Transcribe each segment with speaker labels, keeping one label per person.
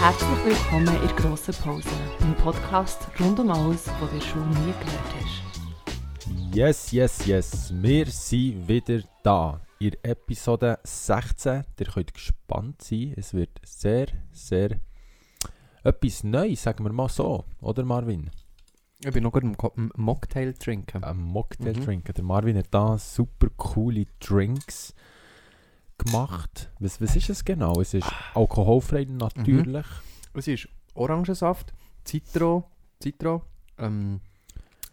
Speaker 1: Herzlich willkommen in der grossen Pause, einem Podcast rund um alles, was du in der Schule nie gelernt hast.
Speaker 2: Yes, yes, yes. Wir sind wieder da. In Episode 16. Ihr könnt gespannt sein. Es wird sehr, sehr etwas Neues, sagen wir mal so. Oder Marvin?
Speaker 3: Ich bin noch gerade am Ko- am Mocktail trinken.
Speaker 2: Ein Mocktail
Speaker 3: Mhm.
Speaker 2: trinken. Der Marvin hat da super coole Drinks gemacht. Was, was ist es genau? Es ist alkoholfrei natürlich.
Speaker 3: Es ist Orangensaft, Zitro, Zitro, ähm,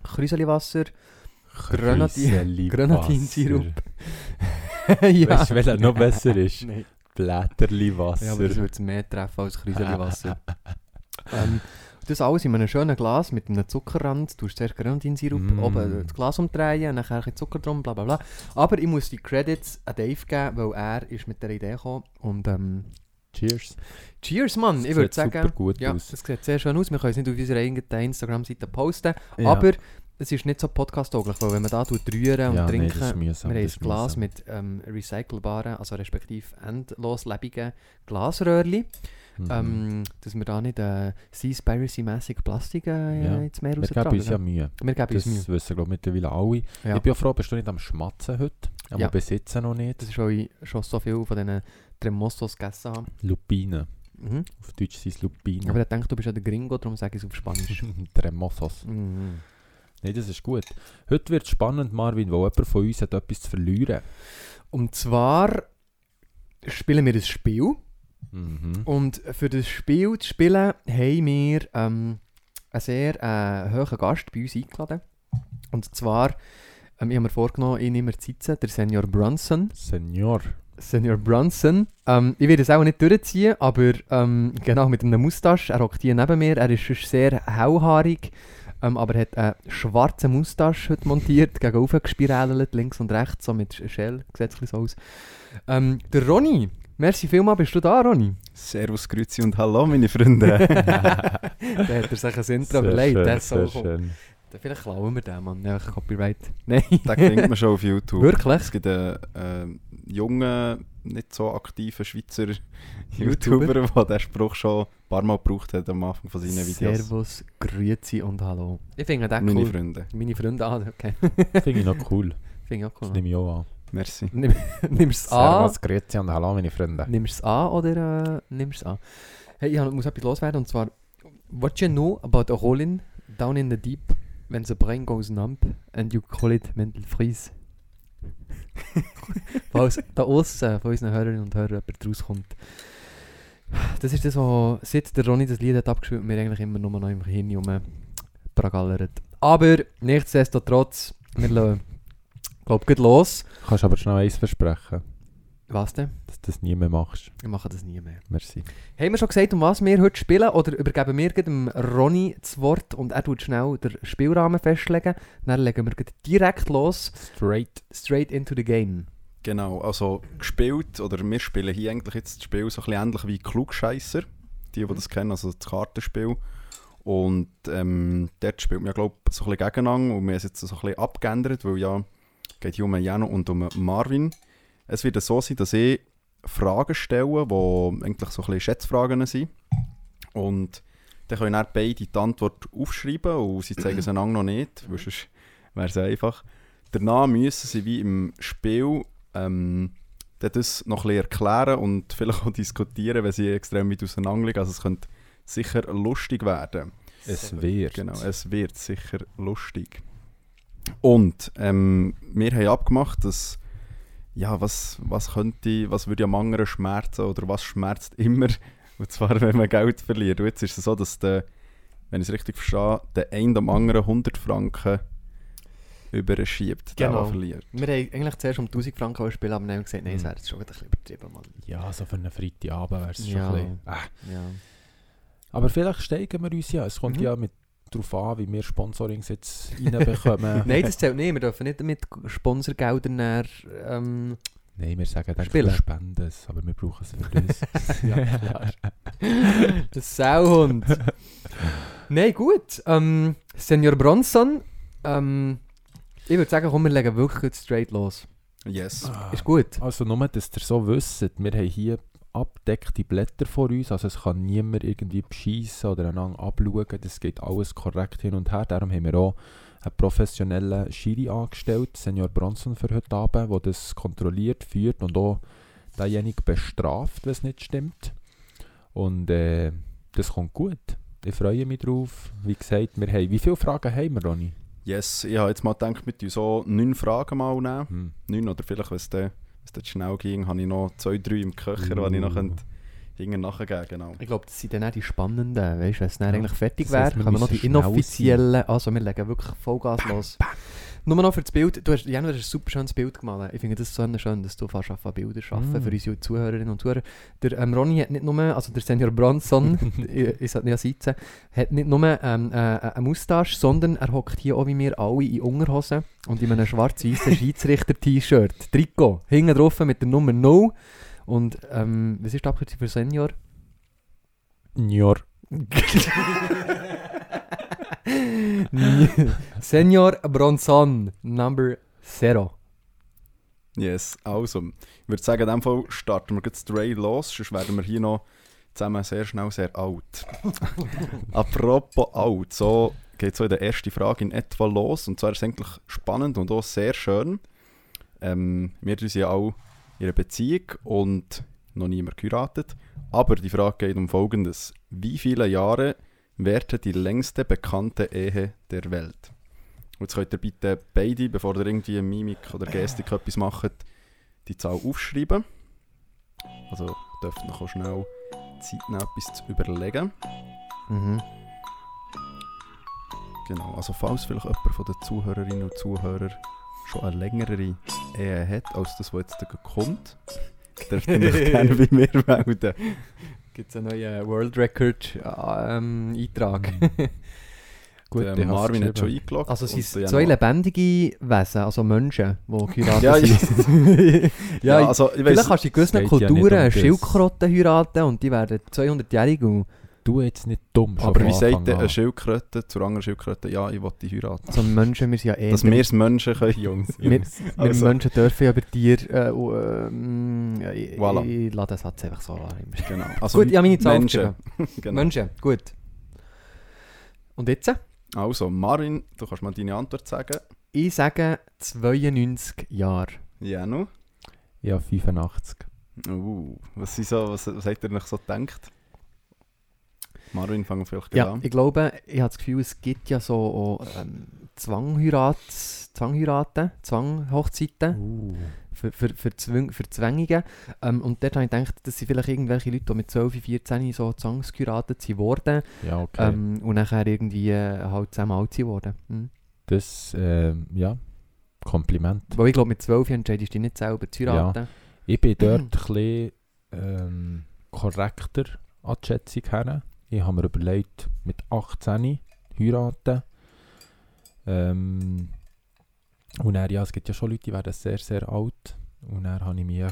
Speaker 3: Chrysaliwasser. Grenadin-
Speaker 2: Kreiseli-
Speaker 3: Grenadinsirup.
Speaker 2: Wasser.
Speaker 3: ja.
Speaker 2: Weißt du, welcher noch besser ist?
Speaker 3: Nein.
Speaker 2: Blätterli-Wasser.
Speaker 3: Ja, aber das würde es mehr treffen als Chrysaliwasser. ähm, das alles in einem schönen Glas mit einem Zuckerrand. Du hast zuerst Grenadinsirup,
Speaker 2: Mm.
Speaker 3: oben das Glas umdrehen, nachher ein bisschen Zucker drum, bla bla bla. Aber ich muss die Credits an Dave geben, weil er ist mit der Idee gekommen. Und ähm,
Speaker 2: Cheers.
Speaker 3: Cheers, Mann!
Speaker 2: Das
Speaker 3: Ich würde
Speaker 2: sieht
Speaker 3: sagen...
Speaker 2: super gut
Speaker 3: Ja,
Speaker 2: aus.
Speaker 3: es sieht sehr schön aus. Wir können es nicht auf unserer eigenen Instagram-Seite posten.
Speaker 2: Ja.
Speaker 3: Aber es ist nicht so podcast-tauglich, weil wenn man da tut rühren und
Speaker 2: Ja, nee, das ist mühsam,
Speaker 3: trinken, wir haben
Speaker 2: das
Speaker 3: ein
Speaker 2: ist
Speaker 3: Glas
Speaker 2: mühsam.
Speaker 3: mit ähm, recycelbaren, also respektive endlos lebenden Glasröhrchen,
Speaker 2: Mhm.
Speaker 3: ähm, dass wir da nicht äh, Seaspiracy-mässig Plastik äh,
Speaker 2: Ja.
Speaker 3: ins Meer
Speaker 2: wir geben uns ja
Speaker 3: raustragen.
Speaker 2: Mühe.
Speaker 3: Wir geben uns
Speaker 2: Das
Speaker 3: Mühe.
Speaker 2: wissen glaube ich mittlerweile alle.
Speaker 3: Ja.
Speaker 2: Ich bin ja froh, bist du nicht am Schmatzen heute. Am
Speaker 3: Ja.
Speaker 2: Besitzen noch nicht.
Speaker 3: Das ist, weil ich schon so viel von diesen Tremosos gegessen habe.
Speaker 2: Lupine.
Speaker 3: Mhm.
Speaker 2: Auf Deutsch sind es Lupine.
Speaker 3: Aber ich denke, du bist ja der Gringo, darum sage ich es auf Spanisch.
Speaker 2: Tremosos.
Speaker 3: mhm.
Speaker 2: Nein, das ist gut. Heute wird es spannend, Marvin, weil jemand von uns hat etwas zu verlieren.
Speaker 3: Und zwar spielen wir ein Spiel.
Speaker 2: Mhm.
Speaker 3: Und für das Spiel zu spielen, haben wir ähm, einen sehr äh, hohen Gast bei uns eingeladen. Und zwar, ähm, ich habe mir vorgenommen, ich nehme mir die Sitze, der Senior Brunson.
Speaker 2: Senior.
Speaker 3: Senior Brunson. Ähm, ich werde es auch nicht durchziehen, aber ähm, genau mit einem Moustache. Er hockt hier neben mir. Er ist sonst sehr hauhaarig, ähm, aber er hat einen schwarzen Moustache heute montiert, gegen oben gespirelt, links und rechts, so mit Sch- Shell, sieht es ein bisschen so aus. Ähm, der Ronny. Merci vielmals, bist du da, Ronny?
Speaker 4: Servus, Grüezi und Hallo, meine Freunde.
Speaker 3: Der hat er sich ein Intro
Speaker 2: Sehr
Speaker 3: überlegt,
Speaker 2: schön,
Speaker 3: der soll
Speaker 2: sehr
Speaker 3: kommen.
Speaker 2: schön.
Speaker 3: Dann Vielleicht klauen wir den, Mann. Einfach Copyright. Nein.
Speaker 4: da klingt man schon auf YouTube.
Speaker 3: Wirklich?
Speaker 4: Es gibt einen äh, jungen, nicht so aktiven Schweizer
Speaker 3: YouTuber.
Speaker 4: YouTuber, der diesen Spruch schon ein paar Mal gebraucht hat am Anfang von seinen Videos.
Speaker 3: Servus, Grüezi und Hallo. Ich finde den
Speaker 4: meine
Speaker 3: cool.
Speaker 4: Freunde.
Speaker 3: Meine Freunde, ah, okay.
Speaker 2: Finde ich noch cool.
Speaker 3: Finde ich auch
Speaker 2: Das
Speaker 3: cool.
Speaker 2: nehme ich auch an.
Speaker 4: Merci.
Speaker 3: Nimm, nimmst du es an?
Speaker 2: Grüezi und hallo meine Freunde.
Speaker 3: Nimmst du es an oder äh, nimmst du es an? Hey, ich hab- muss etwas loswerden und zwar: What you know about a hole in down in the deep when the brain goes numb and you call it mental freeze? Falls da aussen von unseren Hörerinnen und Hörern jemand rauskommt. Das ist das, was seit der Ronny das Lied hat abgespielt mir eigentlich immer nur noch im Hirn rumpragallert. Aber nichtsdestotrotz, wir lassen, glaub, gut los.
Speaker 2: Kannst aber schnell eins versprechen,
Speaker 3: Was denn?
Speaker 2: dass du das nie mehr machst.
Speaker 3: Wir machen das nie mehr.
Speaker 2: Merci.
Speaker 3: Haben wir schon gesagt, um was wir heute spielen? Oder übergeben wir gleich dem Ronny das Wort und er tut schnell den Spielrahmen festlegen. Dann legen wir gleich direkt los,
Speaker 2: Straight.
Speaker 3: straight into the game.
Speaker 4: Genau, also gespielt, oder wir spielen hier eigentlich jetzt das Spiel so ein bisschen ähnlich wie Klugscheisser. Die, die das kennen, also das Kartenspiel. Und ähm, dort spielt man, glaube ich, so ein bisschen gegeneinander. Und wir haben es jetzt so ein bisschen abgeändert, weil ja, geht hier um Jano und um Marvin. Es wird so sein, dass ich Fragen stelle, die eigentlich so ein bisschen Schätzfragen sind. Und dann können dann beide die Antwort aufschreiben und sie zeigen es einander noch nicht, weil sonst wäre es einfach. Danach müssen sie wie im Spiel ähm, dann das noch ein bisschen erklären und vielleicht auch diskutieren, wenn sie extrem weit auseinanderliegen. Also es könnte sicher lustig werden.
Speaker 2: Es wird.
Speaker 4: Genau, es wird sicher lustig. Und ähm, wir haben abgemacht, dass ja, was, was könnte, was würde am anderen schmerzen oder was schmerzt immer? Und zwar, wenn man Geld verliert. Und jetzt ist es so, dass der, wenn ich es richtig verstehe, der eine am anderen 100 Franken überschiebt, der,
Speaker 3: Genau.
Speaker 4: der verliert.
Speaker 3: Wir haben eigentlich zuerst um 1000 Franken wollen spielen, aber dann haben wir gesagt, nein, es wäre jetzt schon wieder ein bisschen übertrieben, Mann.
Speaker 2: Ja, so für einen Freitagabend wäre es
Speaker 3: Ja.
Speaker 2: schon ein bisschen... Äh.
Speaker 3: Ja.
Speaker 2: Aber vielleicht steigen wir uns ja. Es kommt
Speaker 3: Mhm.
Speaker 2: ja mit darauf an, wie wir Sponsorings jetzt reinbekommen.
Speaker 3: Nein, das zählt nicht. Wir dürfen nicht mit Sponsorgeldern näher. Ähm,
Speaker 2: Nein, wir sagen dann
Speaker 3: Spielen.
Speaker 2: wir spenden es, aber wir brauchen es für uns.
Speaker 3: ja, klar. der Sauhund. Nein, gut. Ähm, Senior Bronson, ähm, ich würde sagen, komm, wir legen wirklich jetzt straight los.
Speaker 2: Ah.
Speaker 4: Yes.
Speaker 3: Ist gut.
Speaker 2: also nur, dass ihr so wisst, wir haben hier abdeckte Blätter vor uns, also es kann niemand irgendwie beschissen oder einander abschauen, das geht alles korrekt hin und her, darum haben wir auch einen professionellen Schiri angestellt, Senior Bronson für heute Abend, der das kontrolliert, führt und auch denjenigen bestraft, wenn es nicht stimmt. Und äh, das kommt gut. Ich freue mich drauf. Wie gesagt, wir haben... Wie viele Fragen haben wir, Ronny?
Speaker 4: Yes, ich habe jetzt mal gedacht, mit uns so neun Fragen mal nehmen.
Speaker 2: Hm.
Speaker 4: Neun oder vielleicht, wenn es dann wenn es dann schnell ging, habe ich noch zwei, drei im Köcher,
Speaker 2: Uh.
Speaker 4: die ich noch könnte hinten nachgeben genau.
Speaker 3: Ich glaube, das sind dann auch die spannenden. Weißt du, wenn es dann
Speaker 2: Ja.
Speaker 3: eigentlich fertig
Speaker 2: Das heisst,
Speaker 3: wäre,
Speaker 2: wir
Speaker 3: können wir noch
Speaker 2: müssen
Speaker 3: die
Speaker 2: schnell sein.
Speaker 3: inoffiziellen. Also, wir legen wirklich Vollgas los. Nur noch für das Bild. Du hast, Jan, du hast ein super schönes Bild gemalt. Ich finde das so schön, dass du fast anfängst, Bilder zu schaffen
Speaker 2: Mm.
Speaker 3: für unsere Zuhörerinnen und Zuhörer. Der ähm, Ronny hat nicht nur, also der Senior Bronson, ich, ich sollte ihn ja sitzen, hat nicht nur ähm, äh, eine Moustache, sondern er hockt hier auch wie wir alle in Unterhosen und in einem schwarz-weißen Schiedsrichter-T-Shirt. Trikot. Hinten drauf mit der Nummer 0. Und ähm, was ist die Abkürzung für Senior?
Speaker 2: Junior.
Speaker 3: Senior Bronson, Number Zero.
Speaker 4: Yes, also. Ich würde sagen, in dem Fall starten wir jetzt straight los, sonst werden wir hier noch zusammen sehr schnell sehr alt. Apropos alt, so geht so in der ersten Frage in etwa los. Und zwar ist es eigentlich spannend und auch sehr schön. Ähm, wir sind ja auch in einer Beziehung und noch niemand geheiratet. Aber die Frage geht um Folgendes. Wie viele Jahre währte die längste bekannte Ehe der Welt? Und jetzt könnt ihr bitte beide, bevor ihr irgendwie Mimik oder Gestik etwas macht, die Zahl aufschreiben. Also dürft ihr noch auch schnell Zeit nehmen, etwas zu überlegen.
Speaker 3: Mhm.
Speaker 4: Genau, also falls vielleicht jemand von den Zuhörerinnen und Zuhörern schon eine längere Ehe hat, als das, was jetzt da kommt, dürft ihr euch gerne bei mir melden.
Speaker 3: Gibt es einen neuen World Record äh, ähm, Eintrag?
Speaker 2: Gut,
Speaker 4: Mhm. Der
Speaker 2: ich hab's
Speaker 4: Marvin hat schon
Speaker 2: geschrieben.
Speaker 4: eingeloggt.
Speaker 3: Also,
Speaker 4: und
Speaker 3: es
Speaker 4: der
Speaker 3: sind zwei
Speaker 4: Januar-
Speaker 3: lebendige Wesen, also Menschen, die geheiratet
Speaker 4: Ja, ich-
Speaker 3: sind. ja,
Speaker 4: Ja, also ich
Speaker 3: vielleicht
Speaker 4: weiss,
Speaker 3: kannst du in
Speaker 2: es
Speaker 3: gewissen
Speaker 2: geht ja
Speaker 3: Kulturen
Speaker 2: nicht um das.
Speaker 3: Schildkröten heiraten und die werden 200-jährig. und-
Speaker 2: Du jetzt nicht dumm. schon
Speaker 4: aber
Speaker 2: von
Speaker 4: wie sagt
Speaker 2: Anfang
Speaker 4: denn
Speaker 2: an.
Speaker 4: eine Schildkröte zur anderen Schildkröte, ja, ich will die heiraten.
Speaker 3: Also Menschen, wir sind ja eh...
Speaker 4: Dass wir es Menschen können, Jungs.
Speaker 3: wir, wir
Speaker 4: Also-
Speaker 3: Menschen dürfen ja über Tiere... Äh, uh, ähm, ja, ich,
Speaker 4: Voilà.
Speaker 3: ich lasse den Satz einfach so. allein.
Speaker 4: Genau. Also
Speaker 3: Gut, ich habe meine Zahl
Speaker 4: Menschen.
Speaker 3: aufgeschrieben.
Speaker 4: Genau.
Speaker 3: Menschen, gut. Und jetzt?
Speaker 4: Also, Marin, du kannst mal deine Antwort sagen.
Speaker 3: Ich sage 92 Jahre.
Speaker 4: Janu.
Speaker 2: Ja, 85.
Speaker 4: Uh, was, sind so, was, was habt ihr noch so gedacht? Marin, fangen wir vielleicht
Speaker 3: Ja,
Speaker 4: gerade an.
Speaker 3: ich glaube, ich habe das Gefühl, es gibt ja so auch, ähm, Zwangheirats, Zwangheiraten, Zwanghochzeiten
Speaker 2: Uh.
Speaker 3: für, für, für, Zwing, für Zwängungen. Ähm, und dort habe ich gedacht, das sind vielleicht irgendwelche Leute, die mit 12, 14 so zwangsgeheiratet sind worden
Speaker 2: Ja, okay.
Speaker 3: ähm, und nachher irgendwie äh, halt zusammen alt sind worden. Mhm.
Speaker 2: Das, ähm, ja, Kompliment.
Speaker 3: Weil ich glaube, mit 12 entscheidest du dich nicht selber zu heiraten.
Speaker 2: Ich bin dort
Speaker 3: Mhm.
Speaker 2: ein bisschen ähm, korrekter an die Schätzung her. Ich habe mir überlegt, mit 18 heiraten. Ähm, und dann, ja, es gibt ja schon Leute, die werden sehr, sehr alt. Und dann habe ich mich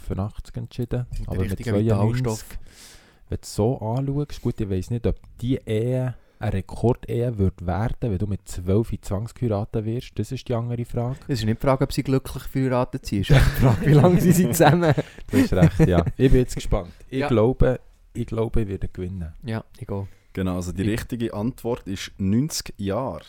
Speaker 2: 85 entschieden.
Speaker 3: der
Speaker 2: aber mit
Speaker 3: richtige
Speaker 2: 92.
Speaker 3: Vitalstoff.
Speaker 2: Wenn du es so anschaust, gut, ich weiß nicht, ob die Ehe eine Rekordehe wird werden, wenn du mit 12 in Zwangsheiraten wirst. Das ist die andere Frage.
Speaker 3: Es ist nicht die Frage, ob sie glücklich verheiratet sind, es ist echt die Frage, wie lange sie sind zusammen
Speaker 2: Du hast recht, ja. Ich bin jetzt gespannt. Ich
Speaker 3: Ja.
Speaker 2: glaube, ich glaube, ich werde gewinnen.
Speaker 3: Ja, ich gehe.
Speaker 4: Genau, also die richtige Antwort ist 90 Jahre.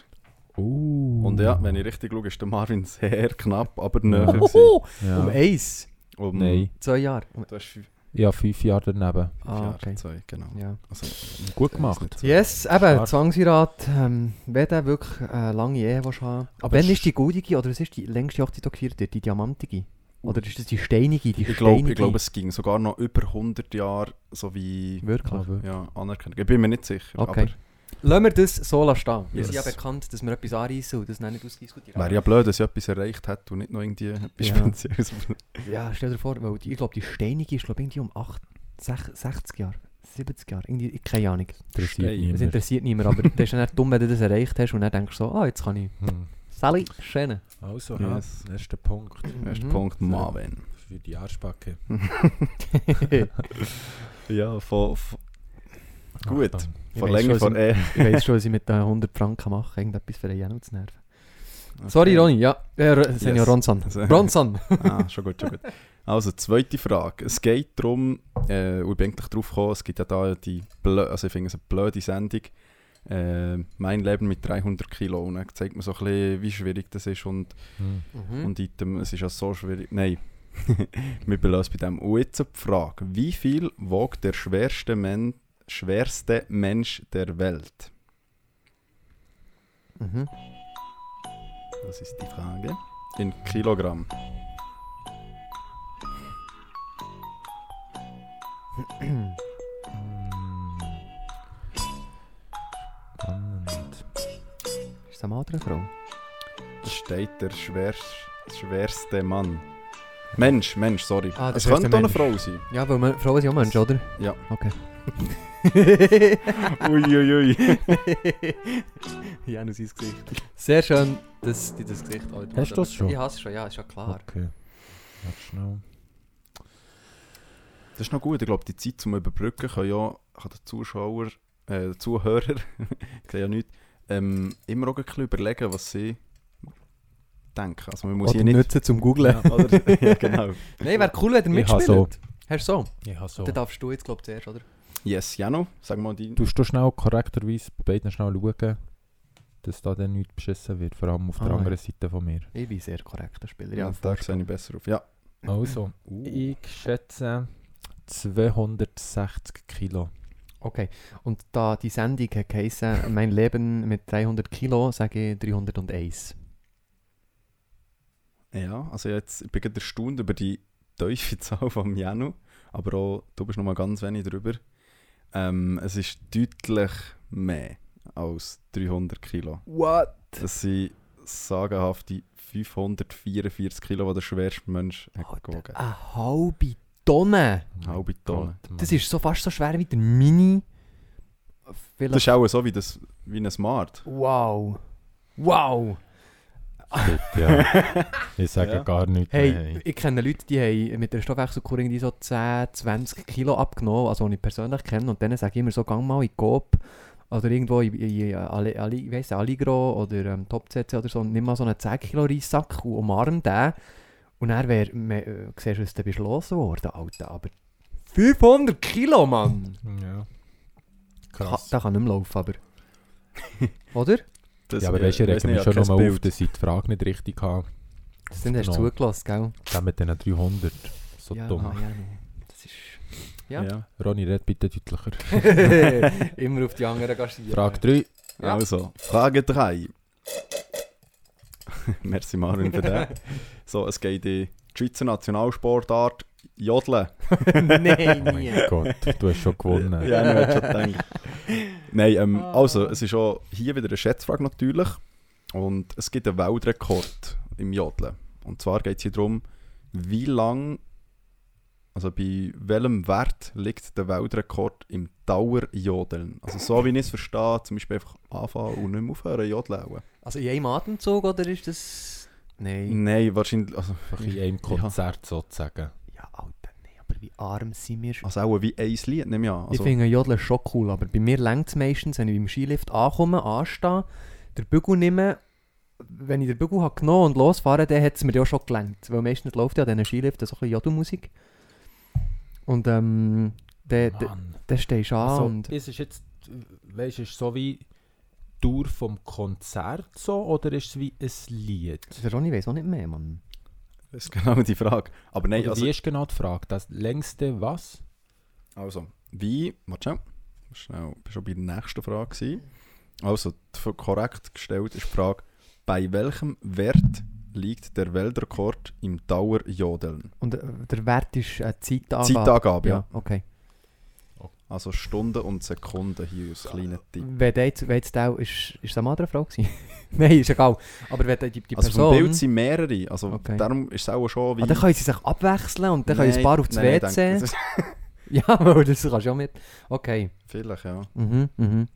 Speaker 2: Uh.
Speaker 4: Und ja, wenn ich richtig schaue, ist der Marvin sehr knapp, aber näher
Speaker 2: Ja.
Speaker 4: gewesen.
Speaker 2: Ja.
Speaker 3: Um eins.
Speaker 4: Um,
Speaker 2: Nein,
Speaker 3: Zwei Jahre. Um,
Speaker 4: Du hast fünf
Speaker 2: ja, fünf Jahre daneben.
Speaker 3: ah,
Speaker 4: Jahre,
Speaker 3: okay.
Speaker 4: zwei, genau.
Speaker 3: Ja.
Speaker 4: Also,
Speaker 2: Gut
Speaker 4: das ist
Speaker 2: gemacht.
Speaker 4: nicht so-
Speaker 3: Yes, eben,
Speaker 2: Stark.
Speaker 3: Zwangsheirat, ähm, wenn du wirklich eine lange Ehe willst haben
Speaker 4: Aber
Speaker 3: Aber wann
Speaker 4: es
Speaker 3: ist die goldige, oder was ist die längste Hochzeit, die gefeiert wird? Die diamantige? Oder ist das die steinige, die
Speaker 4: Ich glaube,
Speaker 3: steinige?
Speaker 4: ich glaube, es ging sogar noch über 100 Jahre, so wie
Speaker 3: Wirklich?
Speaker 2: Aber,
Speaker 4: ja, Anerkennung. Ich bin mir nicht sicher,
Speaker 3: Okay.
Speaker 4: aber
Speaker 3: Lassen wir das so lassen stehen. Wir
Speaker 4: Yes.
Speaker 3: sind ja bekannt, dass wir etwas anreissen und das nicht ausdiskutieren.
Speaker 4: Wäre ja blöd, dass ich etwas erreicht hätte und nicht noch irgendwie etwas
Speaker 3: Ja.
Speaker 4: Spezielles.
Speaker 3: Ja, stell dir vor, weil die, ich glaube, die steinige ist glaube ich, irgendwie um 8, 6, 60 Jahre, 70 Jahre, irgendwie, keine Ahnung.
Speaker 2: interessiert
Speaker 4: Stein.
Speaker 3: Das
Speaker 2: niemand.
Speaker 3: interessiert niemand, aber das ist dann dumm, wenn du das erreicht hast und dann denkst du so, ah, jetzt kann ich.
Speaker 2: Hm.
Speaker 3: Sally, schöne.
Speaker 2: Also,
Speaker 4: Yes.
Speaker 2: ja, erster Punkt
Speaker 4: Erster Punkt, Marvin.
Speaker 2: für die Arschbacke.
Speaker 4: Ja, von, von, Gut.
Speaker 2: Achtung.
Speaker 4: von
Speaker 3: weiss schon,
Speaker 4: Länge von E.
Speaker 3: Ich weiß schon, was ich mit den 100 Franken mache, irgendetwas für einen Janu zu nerven.
Speaker 4: Okay.
Speaker 3: Sorry, Ronny, ja. Äh, R- Senior Ronson. Bronson.
Speaker 4: Also, Ah, schon gut, schon gut. Also, zweite Frage. Es geht darum, äh, und ich bin eigentlich drauf gekommen, es gibt ja da die blö also ich finde es eine blöde Sendung, äh, «Mein Leben mit 300 Kilo». Und dann zeigt man so ein bisschen, wie schwierig das ist und,
Speaker 2: Hm.
Speaker 3: Mhm.
Speaker 4: und Item, es ist ja so schwierig. Nein, wir belassen bei dem. Und jetzt die Frage, wie viel wog der schwerste, Men schwerste Mensch der Welt?
Speaker 3: Mhm.
Speaker 4: Das ist die Frage. In Kilogramm.
Speaker 2: Spannend.
Speaker 3: Ist das eine andere Frau?
Speaker 4: Da steht der schwer, schwerste Mann. Mensch, Mensch, sorry.
Speaker 3: Ah, der
Speaker 4: es
Speaker 3: schwerste
Speaker 4: könnte auch eine
Speaker 3: Mensch.
Speaker 4: Frau sein.
Speaker 3: Ja, weil man, Frauen sind auch Menschen, oder?
Speaker 4: Ja.
Speaker 3: Okay.
Speaker 4: Uiuiui.
Speaker 3: ja, nur sein Gesicht. Sehr schön, dass die das Gesicht heute
Speaker 2: Hast du das schon?
Speaker 3: Ich hasse es schon, ja, ist ja klar.
Speaker 2: Okay. Warte schnell.
Speaker 4: Das ist noch gut. Ich glaube, die Zeit zum Überbrücken kann ja kann der Zuschauer, äh, der Zuhörer, ich sehe ja nichts, ähm, immer auch ein bisschen überlegen, was sie denken. Also man muss
Speaker 3: Oder
Speaker 4: hier nicht...
Speaker 3: nutzen zum Googlen.
Speaker 4: Ja, oder, ja, genau.
Speaker 3: Nein, wäre cool, wenn ihr
Speaker 2: Ich habe
Speaker 3: mitspielt.
Speaker 2: so.
Speaker 3: Hast du so?
Speaker 2: Ich habe so.
Speaker 3: Dann darfst du jetzt, glaube ich, zuerst, oder?
Speaker 4: Yes, Jano, sag mal die...
Speaker 2: Tust du schnell korrekterweise bei beiden schnell schauen, dass da dann nichts beschissen wird, vor allem auf der
Speaker 3: Ah.
Speaker 2: anderen Seite von mir.
Speaker 3: Ich bin sehr korrekter Spieler.
Speaker 4: Ja, da sehe ich besser auf. Ja.
Speaker 2: Also,
Speaker 4: Uh.
Speaker 2: ich schätze 260 Kilo.
Speaker 3: Okay. Und da die Sendung hat geheißen, mein Leben mit 300 Kilo, sage ich 301.
Speaker 4: Ja, also jetzt, ich bin gerade erstaunt über die tiefe Zahl von Janu, aber auch du bist noch mal ganz wenig drüber. Ähm, es ist deutlich mehr als 300 Kilo.
Speaker 3: What?
Speaker 4: Das sind sagenhafte 544 Kilo, die der schwerste Mensch hat gewogen.
Speaker 3: Eine halbe Tonne.
Speaker 4: Halbe Tonne.
Speaker 3: Das ist so fast so schwer wie der Mini.
Speaker 4: Das
Speaker 3: Vielleicht.
Speaker 4: ist auch so wie, das, wie ein Smart.
Speaker 3: Wow. Wow.
Speaker 2: ja. Ich sage
Speaker 4: Ja.
Speaker 2: gar nichts.
Speaker 3: Hey,
Speaker 2: mehr.
Speaker 3: ich kenne Leute, die haben mit der Stoffwechselkur irgendwie so 10, 20 Kilo abgenommen, also die ich persönlich kenne. Und denen sage ich immer so, gang mal in die Coop oder irgendwo in, in, in Ali, Ali, ich weiss, Alligro oder ähm, Topzc oder so, und nimm mal so einen 10 Kilo Reissack und umarm den. Und dann wär, me, äh, siehst du, was du bist los worden, Alter. Aber 500 Kilo, Mann!
Speaker 2: Ja.
Speaker 3: Ka,
Speaker 2: Krass.
Speaker 3: der kann nicht mehr laufen, aber... oder?
Speaker 4: Das,
Speaker 2: Ja, aber
Speaker 4: äh,
Speaker 2: weißt du, ich
Speaker 4: weiss
Speaker 2: rege mich
Speaker 4: nicht, ich
Speaker 2: schon
Speaker 4: hab kein
Speaker 2: nochmal auf,
Speaker 4: Bild.
Speaker 2: dass ich die Frage nicht richtig habe.
Speaker 3: Dann hast
Speaker 2: Genau.
Speaker 3: du zugelassen, gell?
Speaker 2: Dann mit diesen 300. So
Speaker 3: ja, ah,
Speaker 2: dumm.
Speaker 3: ja, nee. das ist... Ja.
Speaker 4: Ja.
Speaker 2: Ronny, red bitte deutlicher.
Speaker 3: Immer auf die anderen gastieren.
Speaker 2: Frage 3.
Speaker 3: Ja.
Speaker 4: Also, Frage 3. Merci Marvin für den. So, es geht in die Schweizer Nationalsportart Jodeln.
Speaker 3: Nein,
Speaker 2: Oh mein Gott, du hast schon gewonnen.
Speaker 4: Ja, ich hätte schon gedacht. Nein, ähm, also, es ist auch hier wieder eine Schätzfrage natürlich. Und es gibt einen Weltrekord im Jodeln. Und zwar geht es hier darum, wie lang, also bei welchem Wert liegt der Weltrekord im Dauerjodeln? Also so wie ich es verstehe, zum Beispiel einfach anfangen und nicht mehr aufhören jodeln.
Speaker 3: Also in einem Atemzug, oder ist das... Nein.
Speaker 4: Nein, wahrscheinlich, also,
Speaker 2: Einfach in einem Konzert sozusagen.
Speaker 3: Ja, Alter, nein, aber wie arm sind wir?
Speaker 4: also auch wie ein Lied, nehme ich an.
Speaker 3: ich
Speaker 4: Also,
Speaker 3: finde Jodeln schon cool, aber bei mir längt es meistens, wenn ich beim Skilift ankomme, anstehe, den Bügel nehme, wenn ich den Bügel habe genommen und losfahre, dann hat es mir ja schon gelangt. Weil meistens läuft ja an diesen Skiliften so ein bisschen Jodelmusik. Und ähm, dann dann-
Speaker 2: Mann.
Speaker 3: dann stehst du an
Speaker 2: Äh, Also,
Speaker 3: und...
Speaker 2: ist es jetzt, weißt du, ist es so wie die Tour vom Konzert so oder ist es wie ein Lied?
Speaker 3: Der Ronny weiss auch nicht mehr, Mann.
Speaker 4: das ist genau die Frage. Aber nein,
Speaker 2: oder
Speaker 4: also,
Speaker 2: wie ist genau die Frage? Das längste was?
Speaker 4: Also, wie, warte schnell, schnell, ich war schon bei der nächsten Frage. Gewesen. Also, die F- korrekt gestellt ist die Frage, bei welchem Wert liegt der Weltrekord im Dauerjodeln?
Speaker 3: Und äh, der Wert ist äh, Zeitangabe.
Speaker 4: Zeitangabe, ja.
Speaker 3: Ja, okay.
Speaker 4: Also Stunden und Sekunden hier als kleiner Tipp.
Speaker 3: Wenn der jetzt, wenn jetzt auch, ist, ist das eine andere Frau gewesen? Nein, ist egal. Aber wenn die, die die
Speaker 4: Also vom
Speaker 3: Person...
Speaker 4: Bild sind mehrere, also
Speaker 3: Okay.
Speaker 4: darum ist es auch schon wie...
Speaker 3: ah, dann können sie sich abwechseln und dann können ein paar auf das
Speaker 4: nein,
Speaker 3: WC.
Speaker 4: nein, danke. Das ist-
Speaker 3: ja, aber das kannst du auch mit. Okay.
Speaker 4: Vielleicht, ja.
Speaker 3: Mhm, mhm.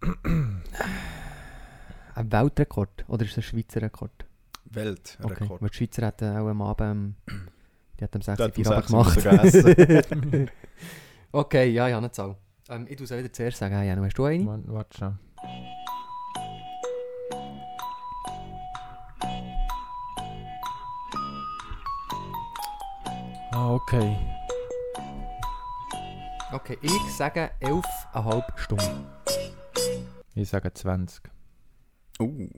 Speaker 3: Ein Weltrekord oder ist es ein Schweizer Rekord? Okay,
Speaker 4: Weltrekord.
Speaker 3: weil die Schweizer eh, hatten auch am Abend, ähm, die hatten am
Speaker 4: Die hatten
Speaker 3: 6.
Speaker 4: am
Speaker 3: Uhr gemacht.
Speaker 4: 6 Uhr
Speaker 3: okay, ja, ich habe eine Zahl. Ähm, ich muss wieder zuerst sagen, Janu, hast du eine?
Speaker 2: Warte schon. Ah, okay.
Speaker 3: Okay, ich sage 11,5 Stunden.
Speaker 2: Ich sage 20.
Speaker 4: Uh.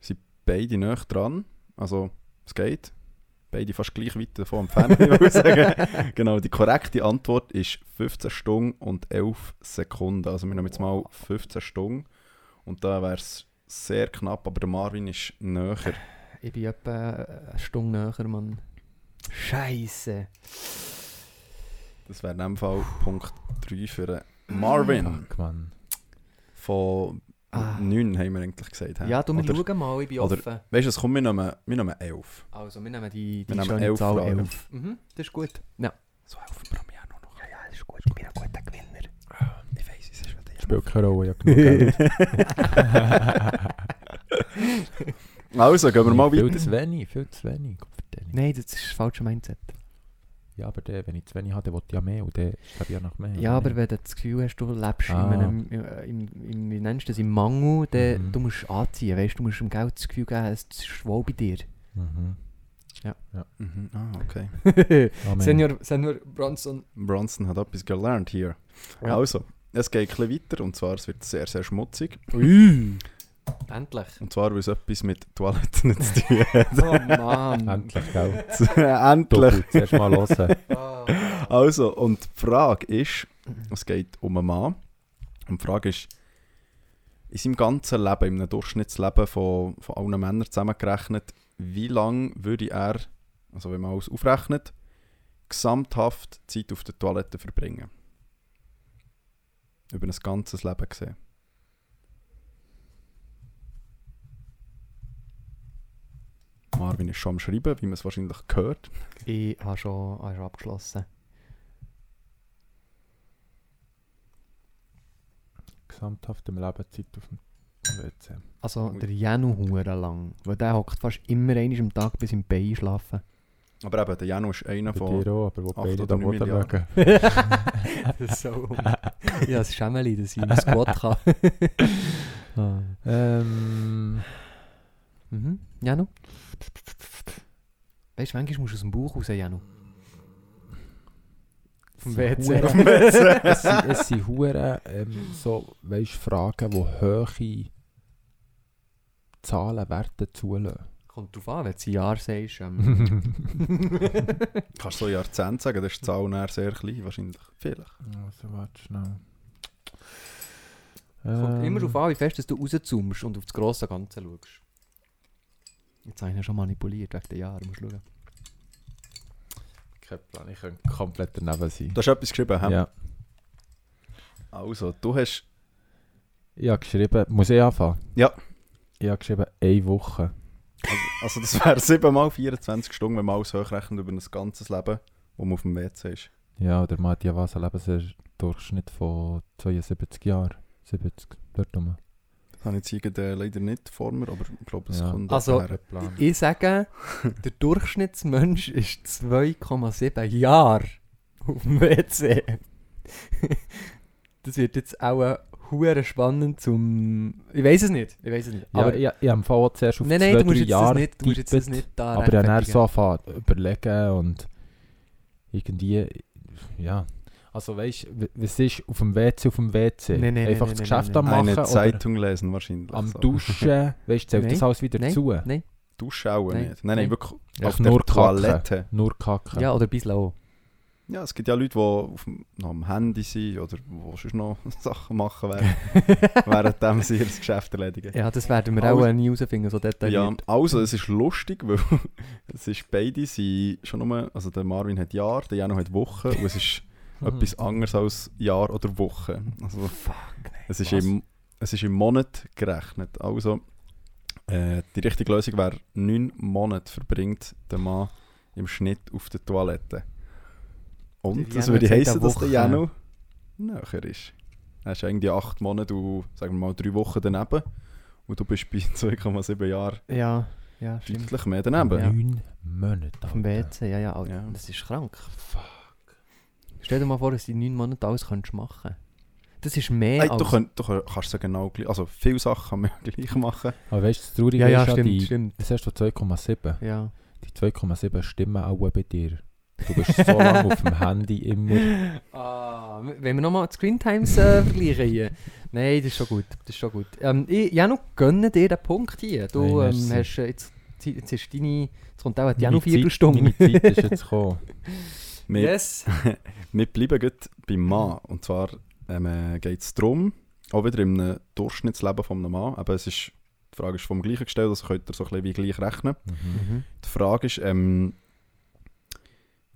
Speaker 4: Sind beide näher dran. Also, es geht. Beide fast gleich weit davon entfernt, würde ich sagen. Genau, die korrekte Antwort ist 15 Stunden und 11 Sekunden. Also, wir nehmen jetzt mal 15 Stunden. Und da wäre es sehr knapp, aber der Marvin ist näher.
Speaker 3: Ich bin etwa äh, eine Stunde näher, Mann. Scheiße.
Speaker 4: Das wäre in dem Fall Punkt 3 für den Marvin.
Speaker 2: Fuck, Mann.
Speaker 4: Von
Speaker 3: Ah.
Speaker 4: 9 haben wir eigentlich gesagt. hä?
Speaker 3: Ja, du, wir
Speaker 4: Oder-
Speaker 3: schauen mal, ich bin
Speaker 4: oder-
Speaker 3: offen.
Speaker 4: Weißt du, es kommt, wir nehmen, wir nehmen 11.
Speaker 3: Also, wir nehmen die, die
Speaker 4: Wir nehmen
Speaker 3: schöne
Speaker 4: 11
Speaker 3: Zahl
Speaker 4: Fragen.
Speaker 3: 11. Mhm, das ist gut. Ja.
Speaker 4: So 11 pro Jahr noch. Ah,
Speaker 3: Ja, ja, das ist gut. Ich bin ein guter Gewinner.
Speaker 4: Ich weiß, es ist schon der
Speaker 2: Spielt keine Rolle, ja genug Geld.
Speaker 4: Also, gehen wir mal
Speaker 2: viel
Speaker 4: weiter.
Speaker 2: zu wenig, viel zu wenig. Gott verdammt.
Speaker 3: Nein, das ist das falsche Mindset.
Speaker 2: Ja, aber der, wenn ich zu wenig habe, dann will ich ja mehr und dann schreibe ich ja noch mehr.
Speaker 3: Ja,
Speaker 2: oder
Speaker 3: aber
Speaker 2: nicht?
Speaker 3: wenn du das Gefühl hast, du lebst
Speaker 2: Ah.
Speaker 3: in einem, im, im, wie nennst du das, im Mangel, dann
Speaker 2: Mhm.
Speaker 3: du musst anziehen, weißt du, musst dem Geld das Gefühl geben, es ist schwoll bei dir.
Speaker 2: Mhm.
Speaker 4: Mhm. Ah, okay.
Speaker 2: Amen.
Speaker 3: Senior Bronson.
Speaker 4: Bronson hat etwas gelernt hier.
Speaker 3: Ja.
Speaker 4: Also, es geht ein bisschen weiter und zwar es wird sehr, sehr schmutzig.
Speaker 3: Endlich.
Speaker 4: Und zwar, weil es etwas mit Toiletten zu tun hat.
Speaker 3: Oh Mann.
Speaker 2: Endlich, gell?
Speaker 4: Endlich.
Speaker 2: Doppelt, zuerst mal hören.
Speaker 3: oh.
Speaker 4: Also, und die Frage ist, es geht um einen Mann. Und die Frage ist, in seinem ganzen Leben, in einem Durchschnittsleben von, von allen Männern zusammengerechnet, wie lange würde er, also wenn man alles aufrechnet, gesamthaft Zeit auf der Toilette verbringen? Über ein ganzes Leben gesehen. Marvin ist schon am Schreiben, wie man es wahrscheinlich hört.
Speaker 3: Ich habe schon, habe schon abgeschlossen.
Speaker 2: Gesamthaft im Leben Zeit auf dem WC.
Speaker 3: Also der Janu hure lang, weil der hockt fast immer einmal am Tag bis im Bein schlafen.
Speaker 4: Aber eben, der Janu ist einer
Speaker 2: Bei
Speaker 4: von.
Speaker 2: dir auch, aber wo
Speaker 4: acht
Speaker 2: beide
Speaker 4: oder
Speaker 2: da Boden
Speaker 4: neun Milliarden.
Speaker 2: mögen.
Speaker 3: so. ja, das Schämmeli, dass ich im Squat kann. ah.
Speaker 2: Ähm,
Speaker 3: Mhm. Janu? Weißt du, manchmal musst du aus dem Bauch raus, Janu. Vom WC.
Speaker 2: Hure- es sind, es sind hure, ähm, so, weißt, Fragen, die hohe Zahlen, Werte zulassen.
Speaker 3: Kommt drauf an, wenn du ein Jahr sagst. Ähm.
Speaker 4: Kannst du so Jahrzehnt sagen, das ist die Zahl näher sehr klein, wahrscheinlich. Vielleicht.
Speaker 2: Also, warte schnell.
Speaker 3: Kommt
Speaker 2: Ähm,
Speaker 3: immer darauf an, wie fest dass du rauszoomst und auf das grosse Ganze schaust. Jetzt habe ich ihn schon manipuliert wegen den Jahren, musst du schauen.
Speaker 2: Kein Plan, ich könnte komplett daneben sein.
Speaker 4: Du hast etwas geschrieben, hä?
Speaker 2: Ja.
Speaker 4: Also, du hast.
Speaker 2: Ich habe geschrieben, muss ich anfangen?
Speaker 4: Ja.
Speaker 2: Ich habe geschrieben, eine Woche.
Speaker 4: Also, das wäre 7 mal 24 Stunden, wenn man alles hochrechnet über ein ganzes Leben, wo man auf dem WC ist.
Speaker 2: Ja, oder man hat ja was, einen Lebensdurchschnitt von 72 Jahren. 70, dort rum.
Speaker 4: Das habe ich jetzt hier gerade, äh, leider nicht vor mir, aber ich glaube, es
Speaker 2: Ja.
Speaker 4: kommt
Speaker 3: Also-
Speaker 4: etwa her.
Speaker 2: Plan.
Speaker 3: Ich sage, der Durchschnittsmensch ist 2,7 Jahre auf dem WC. Das wird jetzt auch äh, hure spannend zum. Ich weiß es nicht. Ich weiß es nicht.
Speaker 2: Ja,
Speaker 3: aber
Speaker 2: aber ich, ich habe vorher zuerst auf
Speaker 3: nein,
Speaker 2: zwei,
Speaker 3: nein, du musst
Speaker 2: drei
Speaker 3: jetzt
Speaker 2: Jahre
Speaker 3: das nicht, du musst jetzt das
Speaker 2: getippt,
Speaker 3: nicht da
Speaker 2: Aber dann er
Speaker 3: rechtfertigen.
Speaker 2: so anfangen, zu überlegen und irgendwie, ja. Also weißt du, was ist auf dem WC, auf dem WC?
Speaker 3: Nein, nein,
Speaker 2: Einfach
Speaker 3: nein,
Speaker 2: das
Speaker 3: nein,
Speaker 2: Geschäft
Speaker 3: nein,
Speaker 2: am machen
Speaker 4: Eine Also.
Speaker 2: oder
Speaker 4: Zeitung lesen, wahrscheinlich.
Speaker 2: am
Speaker 4: so.
Speaker 2: Duschen, weißt du, zählt das
Speaker 3: Nein,
Speaker 2: alles wieder
Speaker 3: nein,
Speaker 2: zu?
Speaker 3: Nein.
Speaker 4: Duschen auch
Speaker 3: Nein.
Speaker 4: nicht. Nein, nein,
Speaker 3: Nein.
Speaker 4: wirklich.
Speaker 2: Ja,
Speaker 4: auf
Speaker 2: nur
Speaker 4: der
Speaker 2: kacken.
Speaker 4: Toilette.
Speaker 2: Nur kacken.
Speaker 3: Ja, oder bis auch.
Speaker 4: Ja, es gibt ja Leute, die auf, dem- noch am Handy sind oder wo sonst noch Sachen machen, während, währenddem sie ihr Geschäft erledigen.
Speaker 3: Ja, das werden wir
Speaker 4: Alles-
Speaker 3: auch nie rausfinden, so
Speaker 4: Ja,
Speaker 3: detailliert.
Speaker 4: also es ist lustig, weil es ist beide sind schon nur, also der Marvin hat Jahr, der Jano hat Woche und es ist etwas anderes als Jahr oder Woche. Also es ist,
Speaker 2: was?
Speaker 4: im, es ist im Monat gerechnet. Also äh, die richtige Lösung wäre, neun Monate verbringt der Mann im Schnitt auf der Toilette. Und
Speaker 3: Der
Speaker 4: das
Speaker 3: Jano
Speaker 4: würde
Speaker 3: hat gesagt, eine
Speaker 4: heissen, dass der
Speaker 3: Woche.
Speaker 4: Jano näher ist. Er ist irgendwie acht Monate und sagen wir mal drei Wochen daneben. Und du bist bei 2,7 Jahren
Speaker 3: Ja, ja, stimmt.
Speaker 4: deutlich mehr daneben.
Speaker 3: Ja.
Speaker 2: Neun Monate.
Speaker 3: Auf dem
Speaker 2: Alter.
Speaker 3: WC, ja, ja, Alter,
Speaker 4: Ja.
Speaker 3: das ist krank. Fuck. Stell dir mal vor, dass du in neun Monaten alles könntest machen Das ist mehr
Speaker 4: Hey,
Speaker 3: als...
Speaker 4: du, könnt, du könnt- kannst ja genau gleich, also viele Sachen kann man ja gleich machen.
Speaker 2: Aber weißt du, das Traurige
Speaker 3: ja, ja,
Speaker 2: ist ja,
Speaker 3: stimmt,
Speaker 2: die,
Speaker 3: stimmt.
Speaker 2: das hast du 2,7.
Speaker 3: Ja.
Speaker 2: Die 2,7 stimmen auch bei dir. Du bist so lange auf dem Handy immer.
Speaker 3: Ah, wenn wir nochmal die Screentimes äh, vergleichen hier. Nein, das ist schon gut. Das ist schon gut. Ähm, ich, Janu, gönne dir den Punkt hier. Du
Speaker 2: Nein,
Speaker 3: ähm,
Speaker 2: merci.
Speaker 3: hast äh, jetzt, jetzt ist deine, jetzt kommt auch
Speaker 2: Meine
Speaker 3: die Janu
Speaker 2: Zeit-
Speaker 3: Viertelstunde.
Speaker 2: Meine Zeit ist jetzt gekommen.
Speaker 4: Wir,
Speaker 3: Yes.
Speaker 4: wir bleiben gut beim Mann. Und zwar ähm, geht es darum, auch wieder im Durchschnittsleben von einem Mann. Aber es ist, die Frage ist vom Gleichen gestellt, also könnt ihr so ein bisschen wie gleich rechnen.
Speaker 2: Mhm.
Speaker 3: Mhm.
Speaker 4: Die Frage ist, ähm,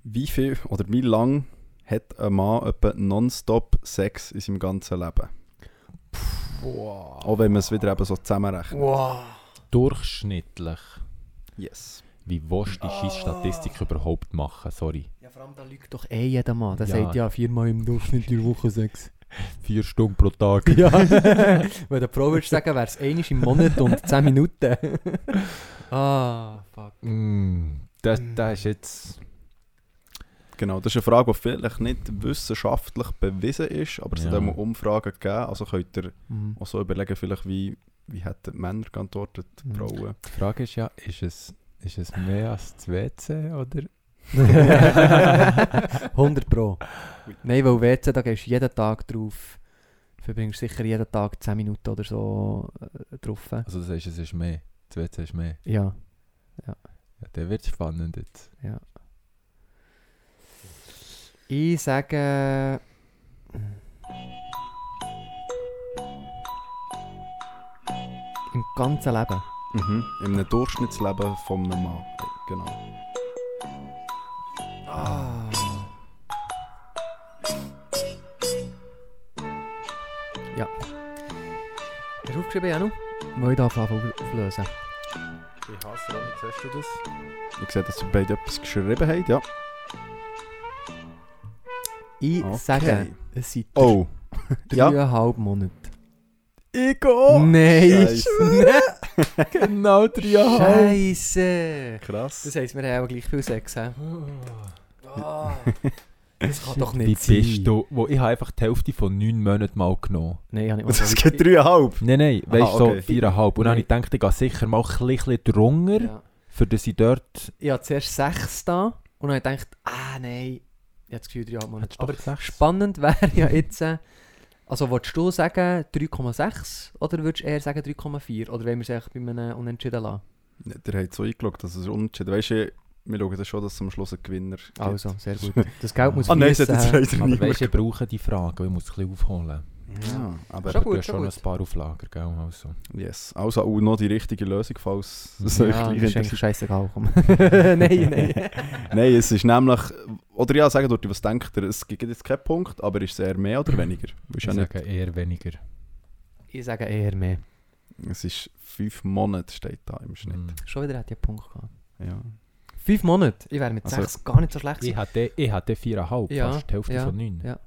Speaker 4: wie viel oder wie lang hat ein Mann etwa nonstop Sex in seinem ganzen Leben?
Speaker 3: Wow.
Speaker 4: Auch wenn man es wieder eben so zusammenrechnet.
Speaker 3: Wow.
Speaker 2: Durchschnittlich.
Speaker 4: Yes.
Speaker 2: Wie willst du die scheiß Statistik überhaupt machen? Sorry.
Speaker 3: Ja, vor allem da lügt doch eh jeder Mann. Der
Speaker 2: Ja.
Speaker 3: sagt ja viermal im Durchschnitt in der Woche sechs.
Speaker 2: Vier Stunden pro Tag.
Speaker 3: Ja. Wenn der Pro würdest sagen, wäre es einmal im Monat und 10 Minuten. ah, fuck.
Speaker 2: Mm, das, das ist jetzt.
Speaker 4: Genau, das ist eine Frage, die vielleicht nicht wissenschaftlich bewiesen ist, aber es
Speaker 2: Ja.
Speaker 4: hat auch mal Umfragen gegeben. Also könnt ihr
Speaker 3: Mhm.
Speaker 4: auch so überlegen, vielleicht wie, wie hätten die Männer geantwortet, die
Speaker 3: Mhm.
Speaker 4: Frauen.
Speaker 2: Die Frage ist ja, ist es, ist es mehr als das WC oder?
Speaker 3: 100 Pro. Nein, weil WC, da gehst du jeden Tag drauf. Verbringst sicher jeden Tag 10 Minuten oder so äh, drauf.
Speaker 2: Also du sagst, es ist mehr. Das WC ist mehr.
Speaker 3: Ja.
Speaker 2: Ja, der wird spannend jetzt.
Speaker 3: Ich sage. Im ganzen Leben.
Speaker 4: Mhm. In einem Durchschnittsleben von einem Mann. Genau.
Speaker 3: Ah. Ja. Hast du aufgeschrieben, Janu? Weil ich darf anfangen auflösen.
Speaker 2: Ich hasse Ronny, siehst du das?
Speaker 4: Ich sehe, dass ihr beide etwas geschrieben habt, ja.
Speaker 3: Ich sage, es sind
Speaker 4: Oh. Ja.
Speaker 3: dreieinhalb Monate.
Speaker 2: Ego!
Speaker 3: Oh. Nein!
Speaker 2: Genau dreieinhalb!
Speaker 3: Scheiße! Das
Speaker 4: Krass.
Speaker 3: heisst, wir haben auch gleich viel Sex, hä?
Speaker 2: Ah,
Speaker 3: Das kann doch
Speaker 2: Wie
Speaker 3: nicht sein.
Speaker 2: bist du? Wo, ich habe einfach die Hälfte von neun Monaten mal genommen.
Speaker 3: Nein, ich habe nicht mal
Speaker 4: Das geht dreieinhalb.
Speaker 2: Nein, nein,
Speaker 4: Aha,
Speaker 2: weißt du,
Speaker 4: okay.
Speaker 2: so viereinhalb. Und dann habe ich
Speaker 3: Nein.
Speaker 2: gedacht, ich gehe sicher mal ein bisschen drunter,
Speaker 3: Ja.
Speaker 2: für dass ich dort.
Speaker 3: Ich hatte zuerst sechs da und dann habe ich gedacht, ah nein, ich habe das Gefühl, dreieinhalb Monate. Aber
Speaker 2: gesagt?
Speaker 3: Spannend wäre ja jetzt, äh, also würdest du sagen 3,6 oder würdest du eher sagen 3,4 oder wollen wir es eigentlich bei einem Unentschieden lassen?
Speaker 4: Ja, Ihr habt so eingeloggt, das ist unentschieden. Weißt du, wir schauen das schon, dass es am Schluss ein Gewinner gibt.
Speaker 3: Also, sehr gut. Das Geld muss
Speaker 4: Ah nein, es hat
Speaker 3: fliessen,
Speaker 4: jetzt
Speaker 3: hä?
Speaker 4: leider
Speaker 2: Aber weißt
Speaker 4: niemand.
Speaker 2: du, ich brauche die Frage, weil ich muss ein bisschen aufholen.
Speaker 4: Ja, aber
Speaker 3: Schon
Speaker 2: Du
Speaker 3: gut,
Speaker 2: hast
Speaker 3: schon
Speaker 2: schon noch
Speaker 3: gut.
Speaker 2: ein paar auf Lager, gell? Also.
Speaker 4: yes. Also auch noch die richtige Lösung, falls es euch
Speaker 3: Ja, das
Speaker 4: gleich
Speaker 3: ist eigentlich
Speaker 4: interessiert.
Speaker 3: scheißegal, komm. nein, nein.
Speaker 4: Nein, es ist nämlich... Oder ja, sagen dort, was denkt ihr? Es gibt jetzt keinen Punkt, aber ist es eher mehr
Speaker 3: Mhm.
Speaker 4: oder weniger?
Speaker 2: Ich
Speaker 4: Ist ja nicht.
Speaker 2: sage eher weniger.
Speaker 3: Ich sage eher mehr.
Speaker 4: Es ist fünf Monate, steht da im Schnitt.
Speaker 2: Mm.
Speaker 3: Schon wieder hätte ich einen Punkt gehabt.
Speaker 4: Ja.
Speaker 3: Fünf Monate? Ich wäre mit
Speaker 4: Also-
Speaker 3: sechs gar nicht so schlecht
Speaker 2: Ich
Speaker 3: gewesen.
Speaker 2: hatte, ich hatte viereinhalb,
Speaker 3: Ja,
Speaker 2: fast die Hälfte
Speaker 3: ja,
Speaker 2: von neun.
Speaker 3: ja.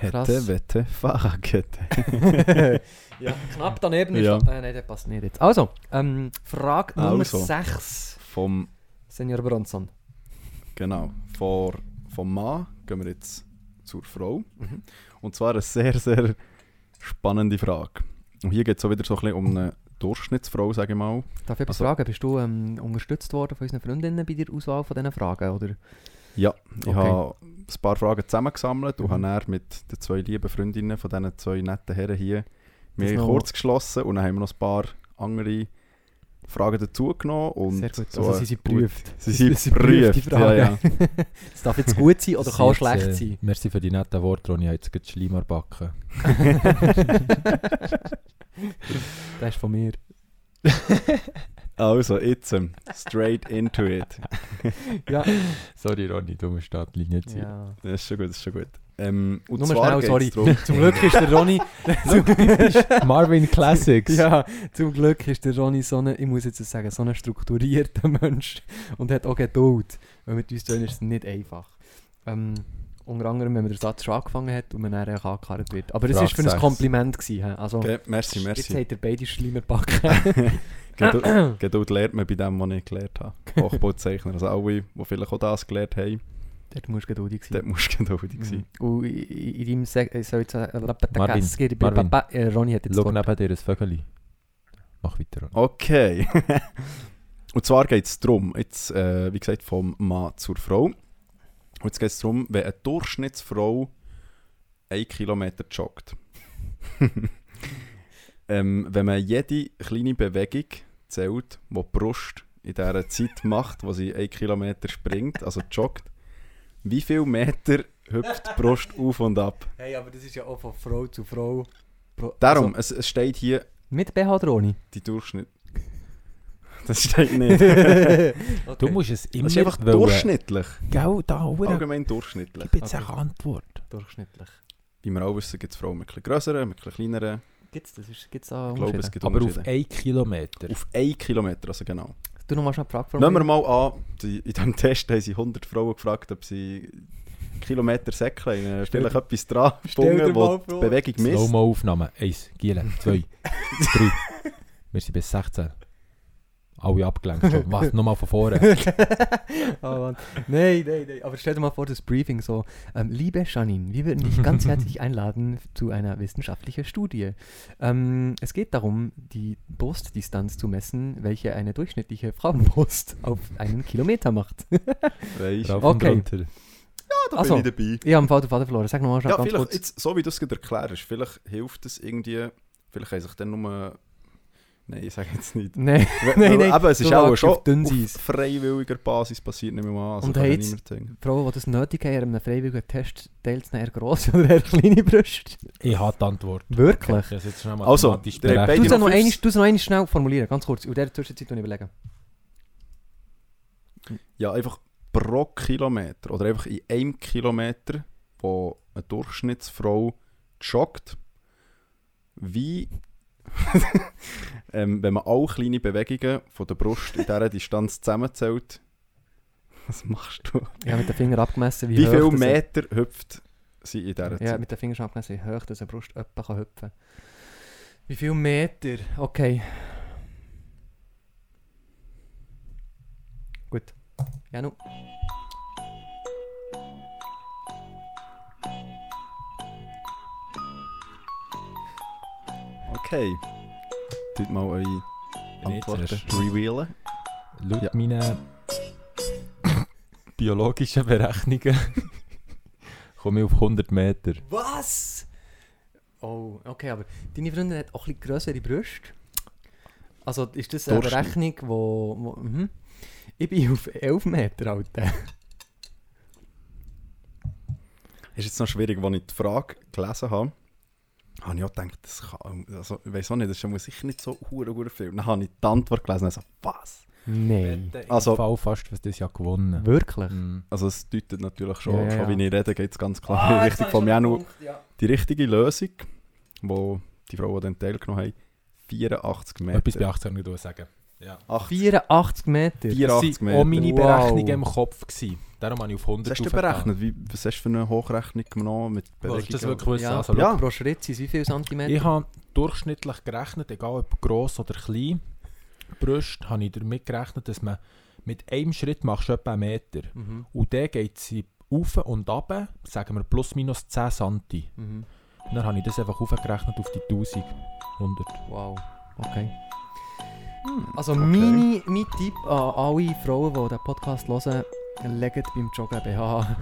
Speaker 3: Krass.
Speaker 4: Hätte, wette, Fahrradkette.
Speaker 3: ja, knapp daneben ist
Speaker 4: Ja.
Speaker 3: das. Äh, nein, der passt nicht jetzt. Also, ähm, Frage Nummer
Speaker 4: Also.
Speaker 3: 6,
Speaker 4: Vom...
Speaker 3: Senior Bronson.
Speaker 4: Genau. Vor, vom Mann gehen wir jetzt zur Frau.
Speaker 3: Mhm.
Speaker 4: Und zwar eine sehr, sehr spannende Frage. Und hier geht es auch wieder so ein bisschen um eine Durchschnittsfrau, sage ich mal.
Speaker 3: Darf ich etwas
Speaker 4: Also-
Speaker 3: fragen? Bist du ähm, unterstützt worden von unseren Freundinnen bei der Auswahl von diesen Fragen? Oder?
Speaker 4: Ich
Speaker 3: Okay.
Speaker 4: habe ein paar Fragen zusammengesammelt
Speaker 3: Mhm.
Speaker 4: und habe dann mit den zwei lieben Freundinnen von diesen zwei netten Herren hier
Speaker 3: Das
Speaker 4: mir
Speaker 3: noch-
Speaker 4: kurz geschlossen und dann haben wir noch ein paar andere Fragen dazugenommen. Und
Speaker 3: Sehr gut.
Speaker 4: so
Speaker 3: also,
Speaker 4: eine
Speaker 3: sie sind
Speaker 4: gute-
Speaker 3: geprüft.
Speaker 4: Sie sind
Speaker 3: die
Speaker 4: geprüft, ja,
Speaker 3: Fragen.
Speaker 4: ja.
Speaker 3: Es darf jetzt gut sein oder
Speaker 2: Das
Speaker 3: kann
Speaker 2: jetzt,
Speaker 3: schlecht
Speaker 2: äh,
Speaker 3: sein.
Speaker 2: Merci für die netten Worte, Ronny. Ich habe jetzt gerade Schleimer backen.
Speaker 3: das ist von mir.
Speaker 4: Also, jetzt ähm, straight into it.
Speaker 3: Ja.
Speaker 2: Sorry, Ronny, du musst da die Linie ziehen.
Speaker 3: ja.
Speaker 4: Das ist schon gut, das ist schon gut. Ähm, und
Speaker 3: Nur schnell,
Speaker 4: zwar
Speaker 3: sorry.
Speaker 4: geht's darum-
Speaker 3: Zum Glück ist der Ronny.
Speaker 2: Marvin Classics.
Speaker 3: Ja, zum Glück ist der Ronny so ein, ich muss jetzt sagen, so ein strukturierter Mensch und hat auch Geduld. Weil mit uns tun ist es nicht einfach. Ähm, unter anderem, wenn man den Satz schon angefangen hat und man dann auch angekarrt wird. Aber es war
Speaker 2: Frage
Speaker 3: für ein
Speaker 2: sechs.
Speaker 3: Kompliment. Gewesen, hä? also,
Speaker 4: Okay, merci,
Speaker 3: Jetzt
Speaker 4: merci.
Speaker 3: habt ihr beide Schleimer backen.
Speaker 4: Geduld, Geduld lernt man bei dem, was ich gelernt habe. Hochbauzeichner. Also alle, die vielleicht auch das gelernt haben,
Speaker 3: Dort musst du geduldig sein.
Speaker 4: dort musst du geduldig sein.
Speaker 3: Mhm. Und in- in in deinem Sek... Ich soll jetzt... äh,
Speaker 2: Marvin,
Speaker 3: Rapatakaski-
Speaker 2: Marvin.
Speaker 3: Ba- äh, Ronny hat jetzt
Speaker 2: Schau
Speaker 3: das Wort.
Speaker 2: neben dir ein Vögel. Mach weiter, Ronny.
Speaker 4: Okay. und zwar geht es darum, jetzt, äh, wie gesagt, vom Mann zur Frau. Und jetzt geht es darum, wenn eine Durchschnittsfrau 1 Kilometer joggt. ähm, wenn man jede kleine Bewegung zählt, die die Brust in dieser Zeit macht, wo sie 1 Kilometer springt, also joggt, wie viel Meter hüpft die Brust auf und ab?
Speaker 5: Hey, aber das ist ja auch von Frau zu Frau. Pro-
Speaker 3: Also
Speaker 4: Darum, es, es steht hier
Speaker 3: Mit BH oder ohne?
Speaker 4: die Durchschnitt. Das steht nicht.
Speaker 5: Also,
Speaker 2: Du
Speaker 5: okay.
Speaker 2: musst es immer
Speaker 4: Das ist einfach
Speaker 2: wollen.
Speaker 4: durchschnittlich.
Speaker 2: Gell, da, Hure.
Speaker 4: Allgemein durchschnittlich.
Speaker 2: Gib jetzt eine Antwort.
Speaker 5: Durchschnittlich.
Speaker 4: Wie wir alle wissen, gibt es Frauen mit etwas grösseren, mit etwas kleineren.
Speaker 3: Gibt's das? Ist, gibt's da
Speaker 4: Ich glaube, es gibt
Speaker 2: Aber auf
Speaker 4: Unterschiede.
Speaker 2: 1 Kilometer.
Speaker 4: auf 1 Kilometer, also genau.
Speaker 3: Du nochmal schon eine Frage
Speaker 4: Nehmen wir mal an, die, in diesem Test haben sie 100 Frauen gefragt, ob sie Kilometer Säckchen, äh, vielleicht etwas dran
Speaker 5: stell dir
Speaker 4: gebunden, wo
Speaker 5: mal
Speaker 4: die
Speaker 5: vor.
Speaker 4: Bewegung misst.
Speaker 2: Slow-Mo-Aufnahme. Eins, Giele, zwei, drei. Wir sind bis 16. Alle abgelenkt schon. Was, nochmal von vorne?
Speaker 3: Ah, Mann. Nein, nein, nein. Aber stell dir mal vor, das Briefing so. Ähm, liebe Janine, wir würden dich ganz herzlich einladen zu einer wissenschaftlichen Studie. Ähm, es geht darum, die Brustdistanz zu messen, welche eine durchschnittliche Frauenbrust auf einen Kilometer macht.
Speaker 4: Weisst,
Speaker 2: Rauf
Speaker 3: Okay.
Speaker 2: und runter.
Speaker 4: Ah, da
Speaker 3: also,
Speaker 4: bin ich dabei.
Speaker 3: Ich habe den Vater, Vater verloren. Sag nochmal schon
Speaker 4: Ja,
Speaker 3: ganz
Speaker 4: vielleicht,
Speaker 3: kurz.
Speaker 4: jetzt, so wie du es gerade erklärst, vielleicht hilft es irgendwie, vielleicht haben sich dann nur... Nein, ich sage jetzt nicht.
Speaker 3: Nein,
Speaker 4: Weil
Speaker 3: nein.
Speaker 4: Eben, es
Speaker 3: du
Speaker 4: ist auch
Speaker 3: wagst
Speaker 4: schon
Speaker 3: auf
Speaker 4: auf
Speaker 3: dünnes Eis.
Speaker 4: freiwilliger Basis passiert, nicht mehr mal. Also
Speaker 3: Und
Speaker 4: kann
Speaker 3: haben
Speaker 4: ja
Speaker 3: jetzt-
Speaker 4: niemand sagen.
Speaker 3: Frauen, die das nötig haben, an einem freiwilligen Test teilzunehmen, eher grosse oder eher kleine Brüste.
Speaker 2: Ich habe die Antwort.
Speaker 3: Wirklich?
Speaker 2: Das ist jetzt schnell
Speaker 4: Also,
Speaker 2: mathematisch
Speaker 4: der hat
Speaker 2: berechnet.
Speaker 3: Du
Speaker 4: Beide
Speaker 3: sollst
Speaker 4: noch
Speaker 3: noch
Speaker 4: fünf-
Speaker 3: einiges- du sollst noch eines schnell formulieren, ganz kurz. In der Zwischenzeit muss ich überlegen.
Speaker 4: Ja, einfach pro Kilometer oder einfach in einem Kilometer, wo eine Durchschnittsfrau joggt, wie, ähm, wenn man alle kleine Bewegungen von der Brust in dieser Distanz zusammenzählt, was machst du?
Speaker 3: Ich habe mit dem Finger abgemessen, wie,
Speaker 4: Wie,
Speaker 3: hoch
Speaker 4: viele
Speaker 3: das-
Speaker 4: Meter hüpft sie in dieser
Speaker 3: Ja,
Speaker 4: Zeit?
Speaker 3: mit den Fingern abgemessen, wie hoch dass eine Brust öppe kann hüpfen. Wie viele Meter? Okay. Gut. Ja, nun.
Speaker 4: Okay. Tut mal eure
Speaker 2: Bin ich
Speaker 4: Antworten
Speaker 2: zuerst.
Speaker 4: revealen.
Speaker 2: Laut
Speaker 4: Ja.
Speaker 2: meinen biologischen Berechnungen komme ich auf 100 Meter.
Speaker 3: Was? Oh, okay, aber deine Freundin hat auch ein bisschen grössere Brüste. Also ist das eine
Speaker 4: Durchschnitt.
Speaker 3: Berechnung, wo... wo mhm. Ich bin auf 11 Meter, Alter.
Speaker 4: Ist jetzt noch schwierig, als ich die Frage gelesen habe, habe ich auch gedacht, das kann, also, ich weiß auch nicht, das ist ja wohl sicher nicht so hure hure viel. Dann habe ich die Antwort gelesen und so, was?
Speaker 3: Nein.
Speaker 4: Also-
Speaker 2: Also, Fall fast, was das ja gewonnen.
Speaker 3: Wirklich?
Speaker 2: Mhm.
Speaker 4: Also es deutet natürlich schon,
Speaker 3: Ja, ja,
Speaker 4: schon
Speaker 3: ja.
Speaker 4: wie ich rede, geht es ganz
Speaker 3: Ah,
Speaker 4: klar in die Richtung von Janu. Die richtige Lösung, wo die Frauen, die dann teilgenommen haben, 84 Meter.
Speaker 2: Etwas bei 18 Uhr sagen. Ja.
Speaker 4: 80,
Speaker 3: 84 Meter?
Speaker 4: 84
Speaker 2: Das waren auch
Speaker 4: Meter.
Speaker 2: meine
Speaker 3: Wow.
Speaker 2: Berechnungen im Kopf. Gewesen. Darum habe ich auf 100
Speaker 4: Was hast du
Speaker 2: aufgetan.
Speaker 4: berechnet? Wie, was hast du für eine Hochrechnung genommen mit
Speaker 2: Willst du das
Speaker 4: Bewegung?
Speaker 2: wirklich wissen?
Speaker 3: Ja,
Speaker 2: Also,
Speaker 4: Ja.
Speaker 3: Pro Schritt sind es wie viele Zentimeter?
Speaker 2: Ich habe durchschnittlich gerechnet, egal ob gross oder klein, Brust, habe ich damit gerechnet, dass man mit einem Schritt machst du etwa einen Meter.
Speaker 3: Mhm.
Speaker 2: Und dann geht sie auf und ab, sagen wir plus minus 10 Santi.
Speaker 3: Mhm.
Speaker 2: Und dann habe ich das einfach aufgerechnet auf die 1000. 100.
Speaker 3: Wow. Okay.
Speaker 4: Hm,
Speaker 3: Also
Speaker 4: okay.
Speaker 3: meine, mein Tipp an alle Frauen, die diesen Podcast hören, legt beim Joggen BH.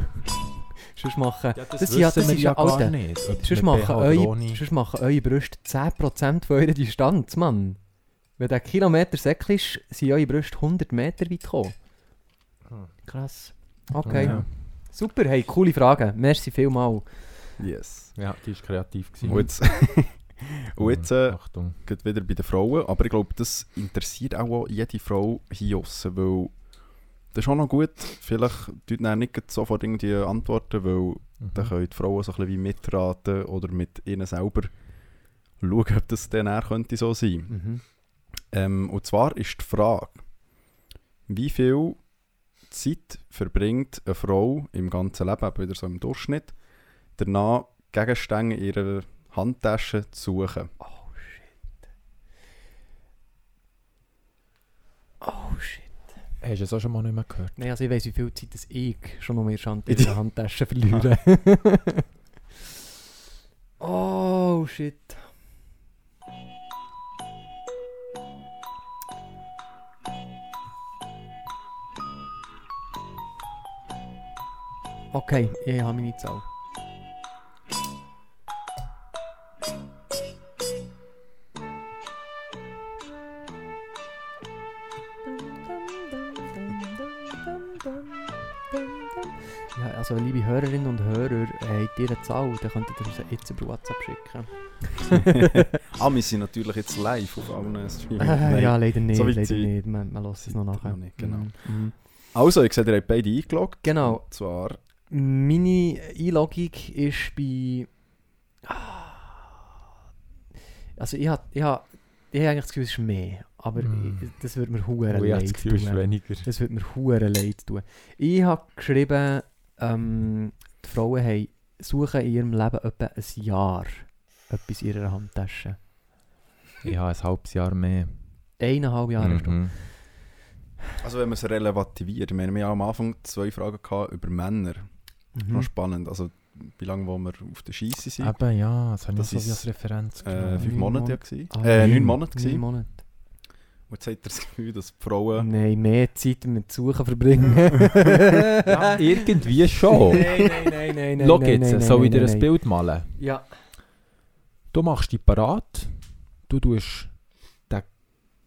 Speaker 3: sonst machen, das ist ja- das ist ja alte.
Speaker 2: nicht. ob
Speaker 3: sonst
Speaker 2: mit
Speaker 3: machen,
Speaker 2: BH oder
Speaker 3: eure,
Speaker 2: ohne.
Speaker 3: sonst machen eure Brüste 10% von eurer Distanz, Mann. Wenn der Kilometer säckl ist, sind eure Brüste 100 Meter weit gekommen. Hm. Krass. Okay.
Speaker 2: Ja.
Speaker 3: Super, hey, coole Frage. Merci vielmal.
Speaker 4: Yes.
Speaker 2: Ja, die war kreativ. Gewesen. Mhm.
Speaker 4: Und jetzt, und jetzt äh,
Speaker 2: Achtung.
Speaker 4: geht wieder bei den Frauen, aber ich glaube, das interessiert auch jede Frau hier draussen, weil das ist auch noch gut. Vielleicht tut dann nicht gleich sofort irgendwie antworten, weil
Speaker 2: Mhm.
Speaker 4: dann können die Frauen so ein bisschen wie mitraten oder mit ihnen selber schauen, ob das dann eher könnte so sein.
Speaker 3: Mhm.
Speaker 4: Ähm, und zwar ist die Frage, wie viel Zeit verbringt eine Frau im ganzen Leben, eben wieder so im Durchschnitt, danach Gegenstände in ihrer Handtasche zu suchen?
Speaker 3: Oh shit. Oh shit.
Speaker 2: Hast du es auch schon mal nicht mehr gehört?
Speaker 3: Nein, also ich weiss, wie viel Zeit das ich schon noch mehr Schande
Speaker 4: In die-
Speaker 3: in der Handtasche verliere. oh, shit. Okay, ich habe meine Zahl. Ja, also liebe Hörerinnen und Hörer, äh, habt ihr eine Zahl, dann könntet ihr uns jetzt über WhatsApp schicken.
Speaker 4: ah, wir sind natürlich jetzt live auf allen Streamen.
Speaker 3: Äh,
Speaker 4: Nein,
Speaker 3: ja, leider nicht,
Speaker 4: so weit
Speaker 3: leider
Speaker 4: sind-
Speaker 3: nicht. Man, man lässt es noch
Speaker 4: sind
Speaker 3: nachher.
Speaker 4: noch nicht, genau.
Speaker 3: Mhm, mhm.
Speaker 4: Also, ich sehe, ihr habt beide eingeloggt.
Speaker 3: Genau.
Speaker 4: Und zwar,
Speaker 3: Meine Einlogung ist bei. Ah. Also ich habe ich hab, ich hab eigentlich das Gefühl, es ist mehr. Aber
Speaker 4: Mhm.
Speaker 2: Mm.
Speaker 3: ich, das würde mir hure
Speaker 4: Oh,
Speaker 2: Weil ich habe das
Speaker 3: leid
Speaker 2: Gefühl, es ist
Speaker 3: tun.
Speaker 2: weniger.
Speaker 3: Das würde mir hure leid tun. Ich habe geschrieben, ähm, die Frauen haben, suchen in ihrem Leben etwa ein Jahr etwas in ihrer Handtasche.
Speaker 2: Ich habe ein halbes Jahr mehr.
Speaker 3: Eineinhalb Jahre ist
Speaker 2: Mhm.
Speaker 4: also wenn man es relativiert, wir haben ja am Anfang zwei Fragen gehabt über Männer.
Speaker 3: doch.
Speaker 4: Noch
Speaker 3: Mhm.
Speaker 4: spannend, also wie lange wo wir auf der Scheisse sind.
Speaker 2: Eben ja, das habe ich
Speaker 4: Das
Speaker 2: so wie
Speaker 4: ist,
Speaker 2: als Referenz
Speaker 4: Äh,
Speaker 2: genommen.
Speaker 4: fünf
Speaker 3: neun
Speaker 4: Monate ja
Speaker 3: Monate.
Speaker 4: gewesen.
Speaker 3: Ah,
Speaker 4: äh, neun Monate
Speaker 3: Neun
Speaker 4: gewesen. Äh.
Speaker 3: Monate.
Speaker 4: Und jetzt hat er das Gefühl, dass die Frauen...
Speaker 3: Nein, mehr Zeit mit Suchen verbringen.
Speaker 2: ja, irgendwie schon.
Speaker 3: Nein, nein, nein, nein, nein.
Speaker 2: Schau
Speaker 3: nein,
Speaker 2: jetzt,
Speaker 3: nein,
Speaker 2: soll ich
Speaker 3: nein,
Speaker 2: dir ein
Speaker 3: nein.
Speaker 2: Bild malen?
Speaker 3: Ja.
Speaker 2: Du machst dich parat, du tust den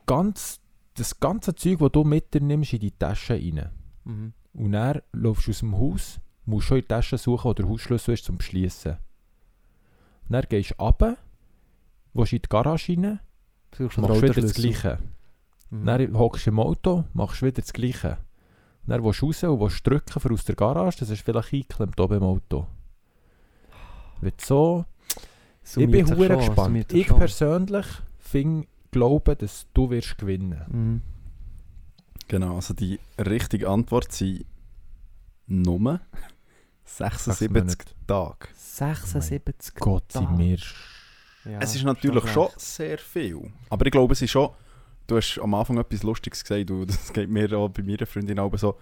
Speaker 2: ganz, das ganze Zeug, das du mit dir nimmst, in die Tasche rein.
Speaker 3: Mhm.
Speaker 2: Und dann läufst du aus dem Haus, musst schon in die Tasche suchen, wo der Hausschlüssel ist, zum Schließen. Dann gehst du runter, willst in die Garage rein,
Speaker 3: Suchst du
Speaker 2: machst wieder das
Speaker 3: Autoschlüssel.
Speaker 2: Gleiche.
Speaker 3: Mhm.
Speaker 2: Dann hockst du im Auto, machst wieder das Gleiche. Dann willst du raus und willst drücken für aus der Garage, das ist vielleicht eingeklemmt oben im Auto. Wird so.
Speaker 3: Summiert
Speaker 2: ich
Speaker 3: sich
Speaker 2: bin hure
Speaker 3: schon,
Speaker 2: gespannt.
Speaker 3: summiert sich
Speaker 2: Ich
Speaker 3: schon.
Speaker 2: persönlich finde, glaube, dass du wirst gewinnen.
Speaker 3: Mhm.
Speaker 4: Genau, also die richtige Antwort sind Nummer 76
Speaker 2: Monate.
Speaker 4: Tage.
Speaker 3: 76
Speaker 2: Gott sei
Speaker 3: Tage.
Speaker 2: mir.
Speaker 3: Ja,
Speaker 4: es ist
Speaker 3: ist
Speaker 4: natürlich
Speaker 3: doch
Speaker 4: schon
Speaker 3: recht.
Speaker 4: sehr viel. Aber ich glaube, es ist schon. Du hast am Anfang etwas Lustiges gesagt. Du, das geht mir auch bei meiner Freundin auch so.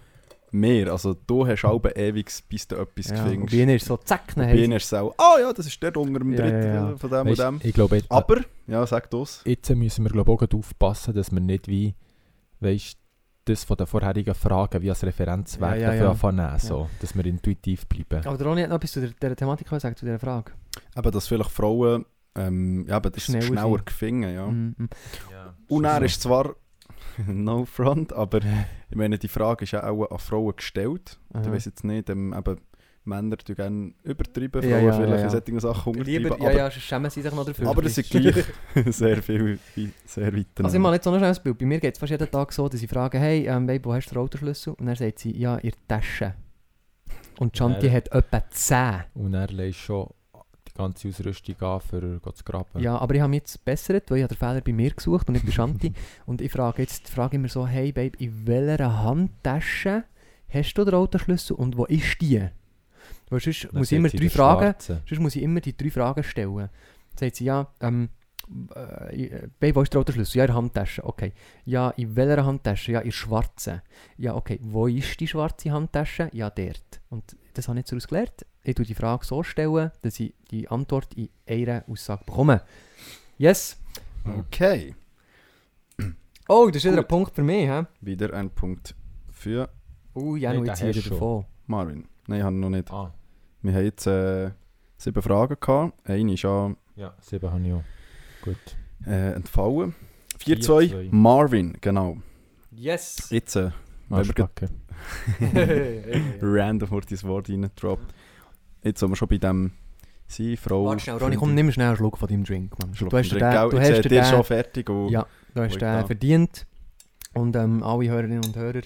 Speaker 4: Mehr. Also, du hast auch ewig, bis du etwas
Speaker 3: Ja, und
Speaker 4: findest.
Speaker 3: bei ihnen ist so zack, dann
Speaker 4: Bei
Speaker 3: haben
Speaker 4: ihnen ist es auch. Ah ja, das ist der unter dem
Speaker 3: Ja,
Speaker 4: dritten
Speaker 3: ja, ja.
Speaker 4: von dem
Speaker 2: Weisst,
Speaker 4: und dem.
Speaker 2: ich glaube, jetzt,
Speaker 4: Aber, ja, sag das.
Speaker 2: jetzt müssen wir glaube ich, auch gerade aufpassen, dass wir nicht wie, weißt, das von den vorherigen Fragen wie als Referenzwert
Speaker 3: Ja, ja,
Speaker 2: ja,
Speaker 3: ja.
Speaker 2: nehmen, so, dass wir intuitiv bleiben.
Speaker 3: sie- Aber der Ronny hat noch etwas zu der, der Thematik gesagt, zu dieser Frage.
Speaker 4: Eben, dass vielleicht Frauen ähm, ja, eben, das
Speaker 3: Schneller
Speaker 4: schneller,
Speaker 3: sind.
Speaker 4: gefunden ja.
Speaker 3: Mhm.
Speaker 4: Und
Speaker 2: So.
Speaker 4: er ist zwar no front, aber ich meine, die Frage ist ja auch an Frauen gestellt. Ich
Speaker 3: Aha.
Speaker 4: weiß jetzt nicht, ähm, eben, Männer tun gerne übertrieben, Frauen
Speaker 3: Ja, ja,
Speaker 4: vielleicht
Speaker 3: ja, ja.
Speaker 4: in solchen Sachen untertrieben.
Speaker 3: Lieber, ja,
Speaker 4: aber
Speaker 3: ja, sonst schämen sie sich noch dafür.
Speaker 4: Aber es sind gleich sehr viel, wie- sehr weit
Speaker 3: Also ich Also mache jetzt so ein schönes Bild. Bei mir geht es fast jeden Tag so, dass ich frage, hey, ähm, Babe, wo hast du den Autoschlüssel? Und dann sagt sie, ja, in der Tasche. Und Chanti
Speaker 2: Ja.
Speaker 3: hat etwa 10.
Speaker 2: Und er lässt schon die ganze Ausrüstung an, für Gott zu graben.
Speaker 3: Ja, aber ich habe mich jetzt verbessert, weil ich habe den Fehler bei mir gesucht und nicht bei Shanti. und ich frage jetzt frage immer so, hey Babe, in welcher Handtasche hast du den Autoschlüssel und wo ist die? Weil sonst
Speaker 2: Dann
Speaker 3: muss
Speaker 2: sieht
Speaker 3: ich immer
Speaker 2: sie
Speaker 3: drei
Speaker 2: den
Speaker 3: Fragen,
Speaker 2: Schwarzen.
Speaker 3: sonst muss ich immer die drei Fragen stellen. Dann sagt sie, ja, ähm, äh, äh, Babe, wo ist der Autoschlüssel? Ja, in der Handtasche, okay. Ja, in welcher Handtasche? Ja, in der schwarzen. Ja, okay, wo ist die schwarze Handtasche? Ja, dort. Und das habe ich jetzt daraus gelernt. Ich tue die Frage so stellen, dass ich die Antwort in einer Aussage bekomme. Yes!
Speaker 4: Okay,
Speaker 3: Oh, das ist wieder
Speaker 4: Gut.
Speaker 3: ein Punkt für mich, hä?
Speaker 4: wieder ein Punkt für
Speaker 3: Oh, ja,
Speaker 2: Nein,
Speaker 3: nur
Speaker 2: den
Speaker 3: jetzt hier
Speaker 2: hast du
Speaker 3: wieder
Speaker 2: schon.
Speaker 3: davon.
Speaker 4: Marvin. Nein, ich habe noch nicht.
Speaker 2: Ah,
Speaker 4: Wir haben jetzt äh, sieben Fragen gehabt. Eine ist ja
Speaker 2: ja, sieben habe ich auch. Gut.
Speaker 4: äh, entfallen.
Speaker 2: Vier,
Speaker 4: 4-2,
Speaker 2: zwei.
Speaker 4: Marvin, genau.
Speaker 5: Yes!
Speaker 4: Jetzt äh,
Speaker 2: Ah,
Speaker 4: Wenn wir
Speaker 2: Stacke.
Speaker 5: Warte
Speaker 4: random wurde das Wort reingedroppt. Jetzt sind wir schon bei dem Sie, Frau.
Speaker 3: schnell, Ronny, komm, nimm schnell einen Schluck von deinem Drink, Mann.
Speaker 4: Oh, Schluck
Speaker 3: du hast dir
Speaker 4: und
Speaker 3: den,
Speaker 4: Drink,
Speaker 3: du
Speaker 4: gell?
Speaker 3: hast
Speaker 4: Jetzt
Speaker 3: dir
Speaker 4: seht ihr
Speaker 3: den,
Speaker 4: schon fertig. Und
Speaker 3: Ja, du hast
Speaker 4: Ruhig
Speaker 3: den
Speaker 4: da.
Speaker 3: verdient. Und ähm, alle Hörerinnen und Hörer,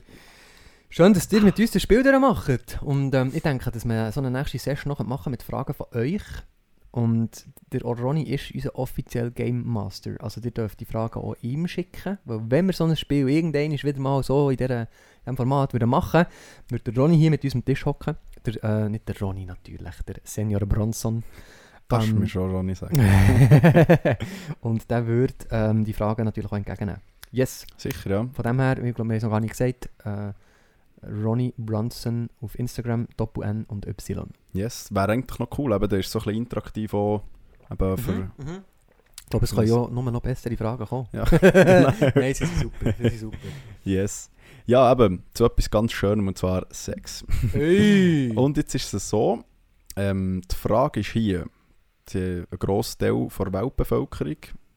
Speaker 3: schön, dass ihr mit uns das Spiel macht. Und ähm, ich denke, dass wir so eine nächste Session noch machen mit Fragen von euch. Und der Oroni ist unser offiziell Game Master. Also ihr dürft die Fragen auch ihm schicken. Weil wenn wir so ein Spiel irgendwann wieder mal so in dieser- in diesem Format würden machen würde der Ronny hier mit uns am Tisch hocken. Der, äh, nicht der Ronny natürlich, der Senior Bronson.
Speaker 4: das
Speaker 3: ähm,
Speaker 4: ähm, mir schon Ronny sagen.
Speaker 3: und der würde ähm, die Fragen natürlich auch entgegennehmen. Yes.
Speaker 4: Sicher, ja.
Speaker 3: Von dem her, ich glaube, wir haben es noch gar nicht gesagt, äh, Ronnie Brunson auf Instagram, Doppel N und Y. Mhm.
Speaker 4: Mhm, Yes, wäre eigentlich noch cool. Eben, der ist so ein bisschen interaktiv auch. Eben für
Speaker 3: glaube, es können ja nur noch bessere Fragen kommen.
Speaker 4: Ja, genau.
Speaker 5: Nein, sie sind super. Sie sind super.
Speaker 4: Yes. Ja, eben, zu etwas ganz Schönem, und zwar Sex.
Speaker 3: Mhm. Oh,
Speaker 5: Hey!
Speaker 4: Und jetzt ist es so, ähm, die Frage ist hier, die, ein grosser Teil der Weltbevölkerung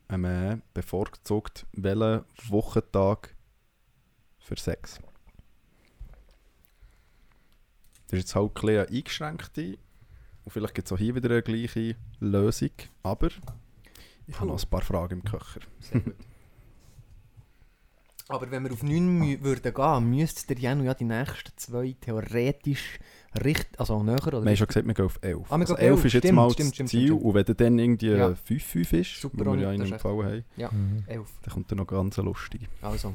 Speaker 4: ähm, äh, bevorzugt welchen Wochentag für Sex? Das ist jetzt halt ein bisschen eine eingeschränkte und vielleicht gibt es auch hier wieder eine gleiche Lösung, aber ich habe noch ein paar Fragen im Köcher.
Speaker 5: Sehr gut.
Speaker 3: Aber wenn wir auf 9 mü würden gehen, müsste der Janu ja die nächsten zwei theoretisch richt also näher oder
Speaker 4: Wir haben schon gesagt, wir gehen auf 11.
Speaker 3: Ah, wir gehen auf 11,
Speaker 4: 11 ist jetzt
Speaker 3: stimmt,
Speaker 4: mal
Speaker 3: stimmt,
Speaker 4: das
Speaker 3: stimmt,
Speaker 4: Ziel
Speaker 3: stimmt,
Speaker 4: und wenn der dann irgendwie
Speaker 3: Ja.
Speaker 4: 5-5 ist,
Speaker 3: Super,
Speaker 4: wo wir
Speaker 3: Ronny,
Speaker 4: ja einen
Speaker 3: das ist echt-
Speaker 4: empfohlen haben,
Speaker 2: Mhm.
Speaker 3: 11.
Speaker 4: dann kommt er noch ganz lustig.
Speaker 3: Also.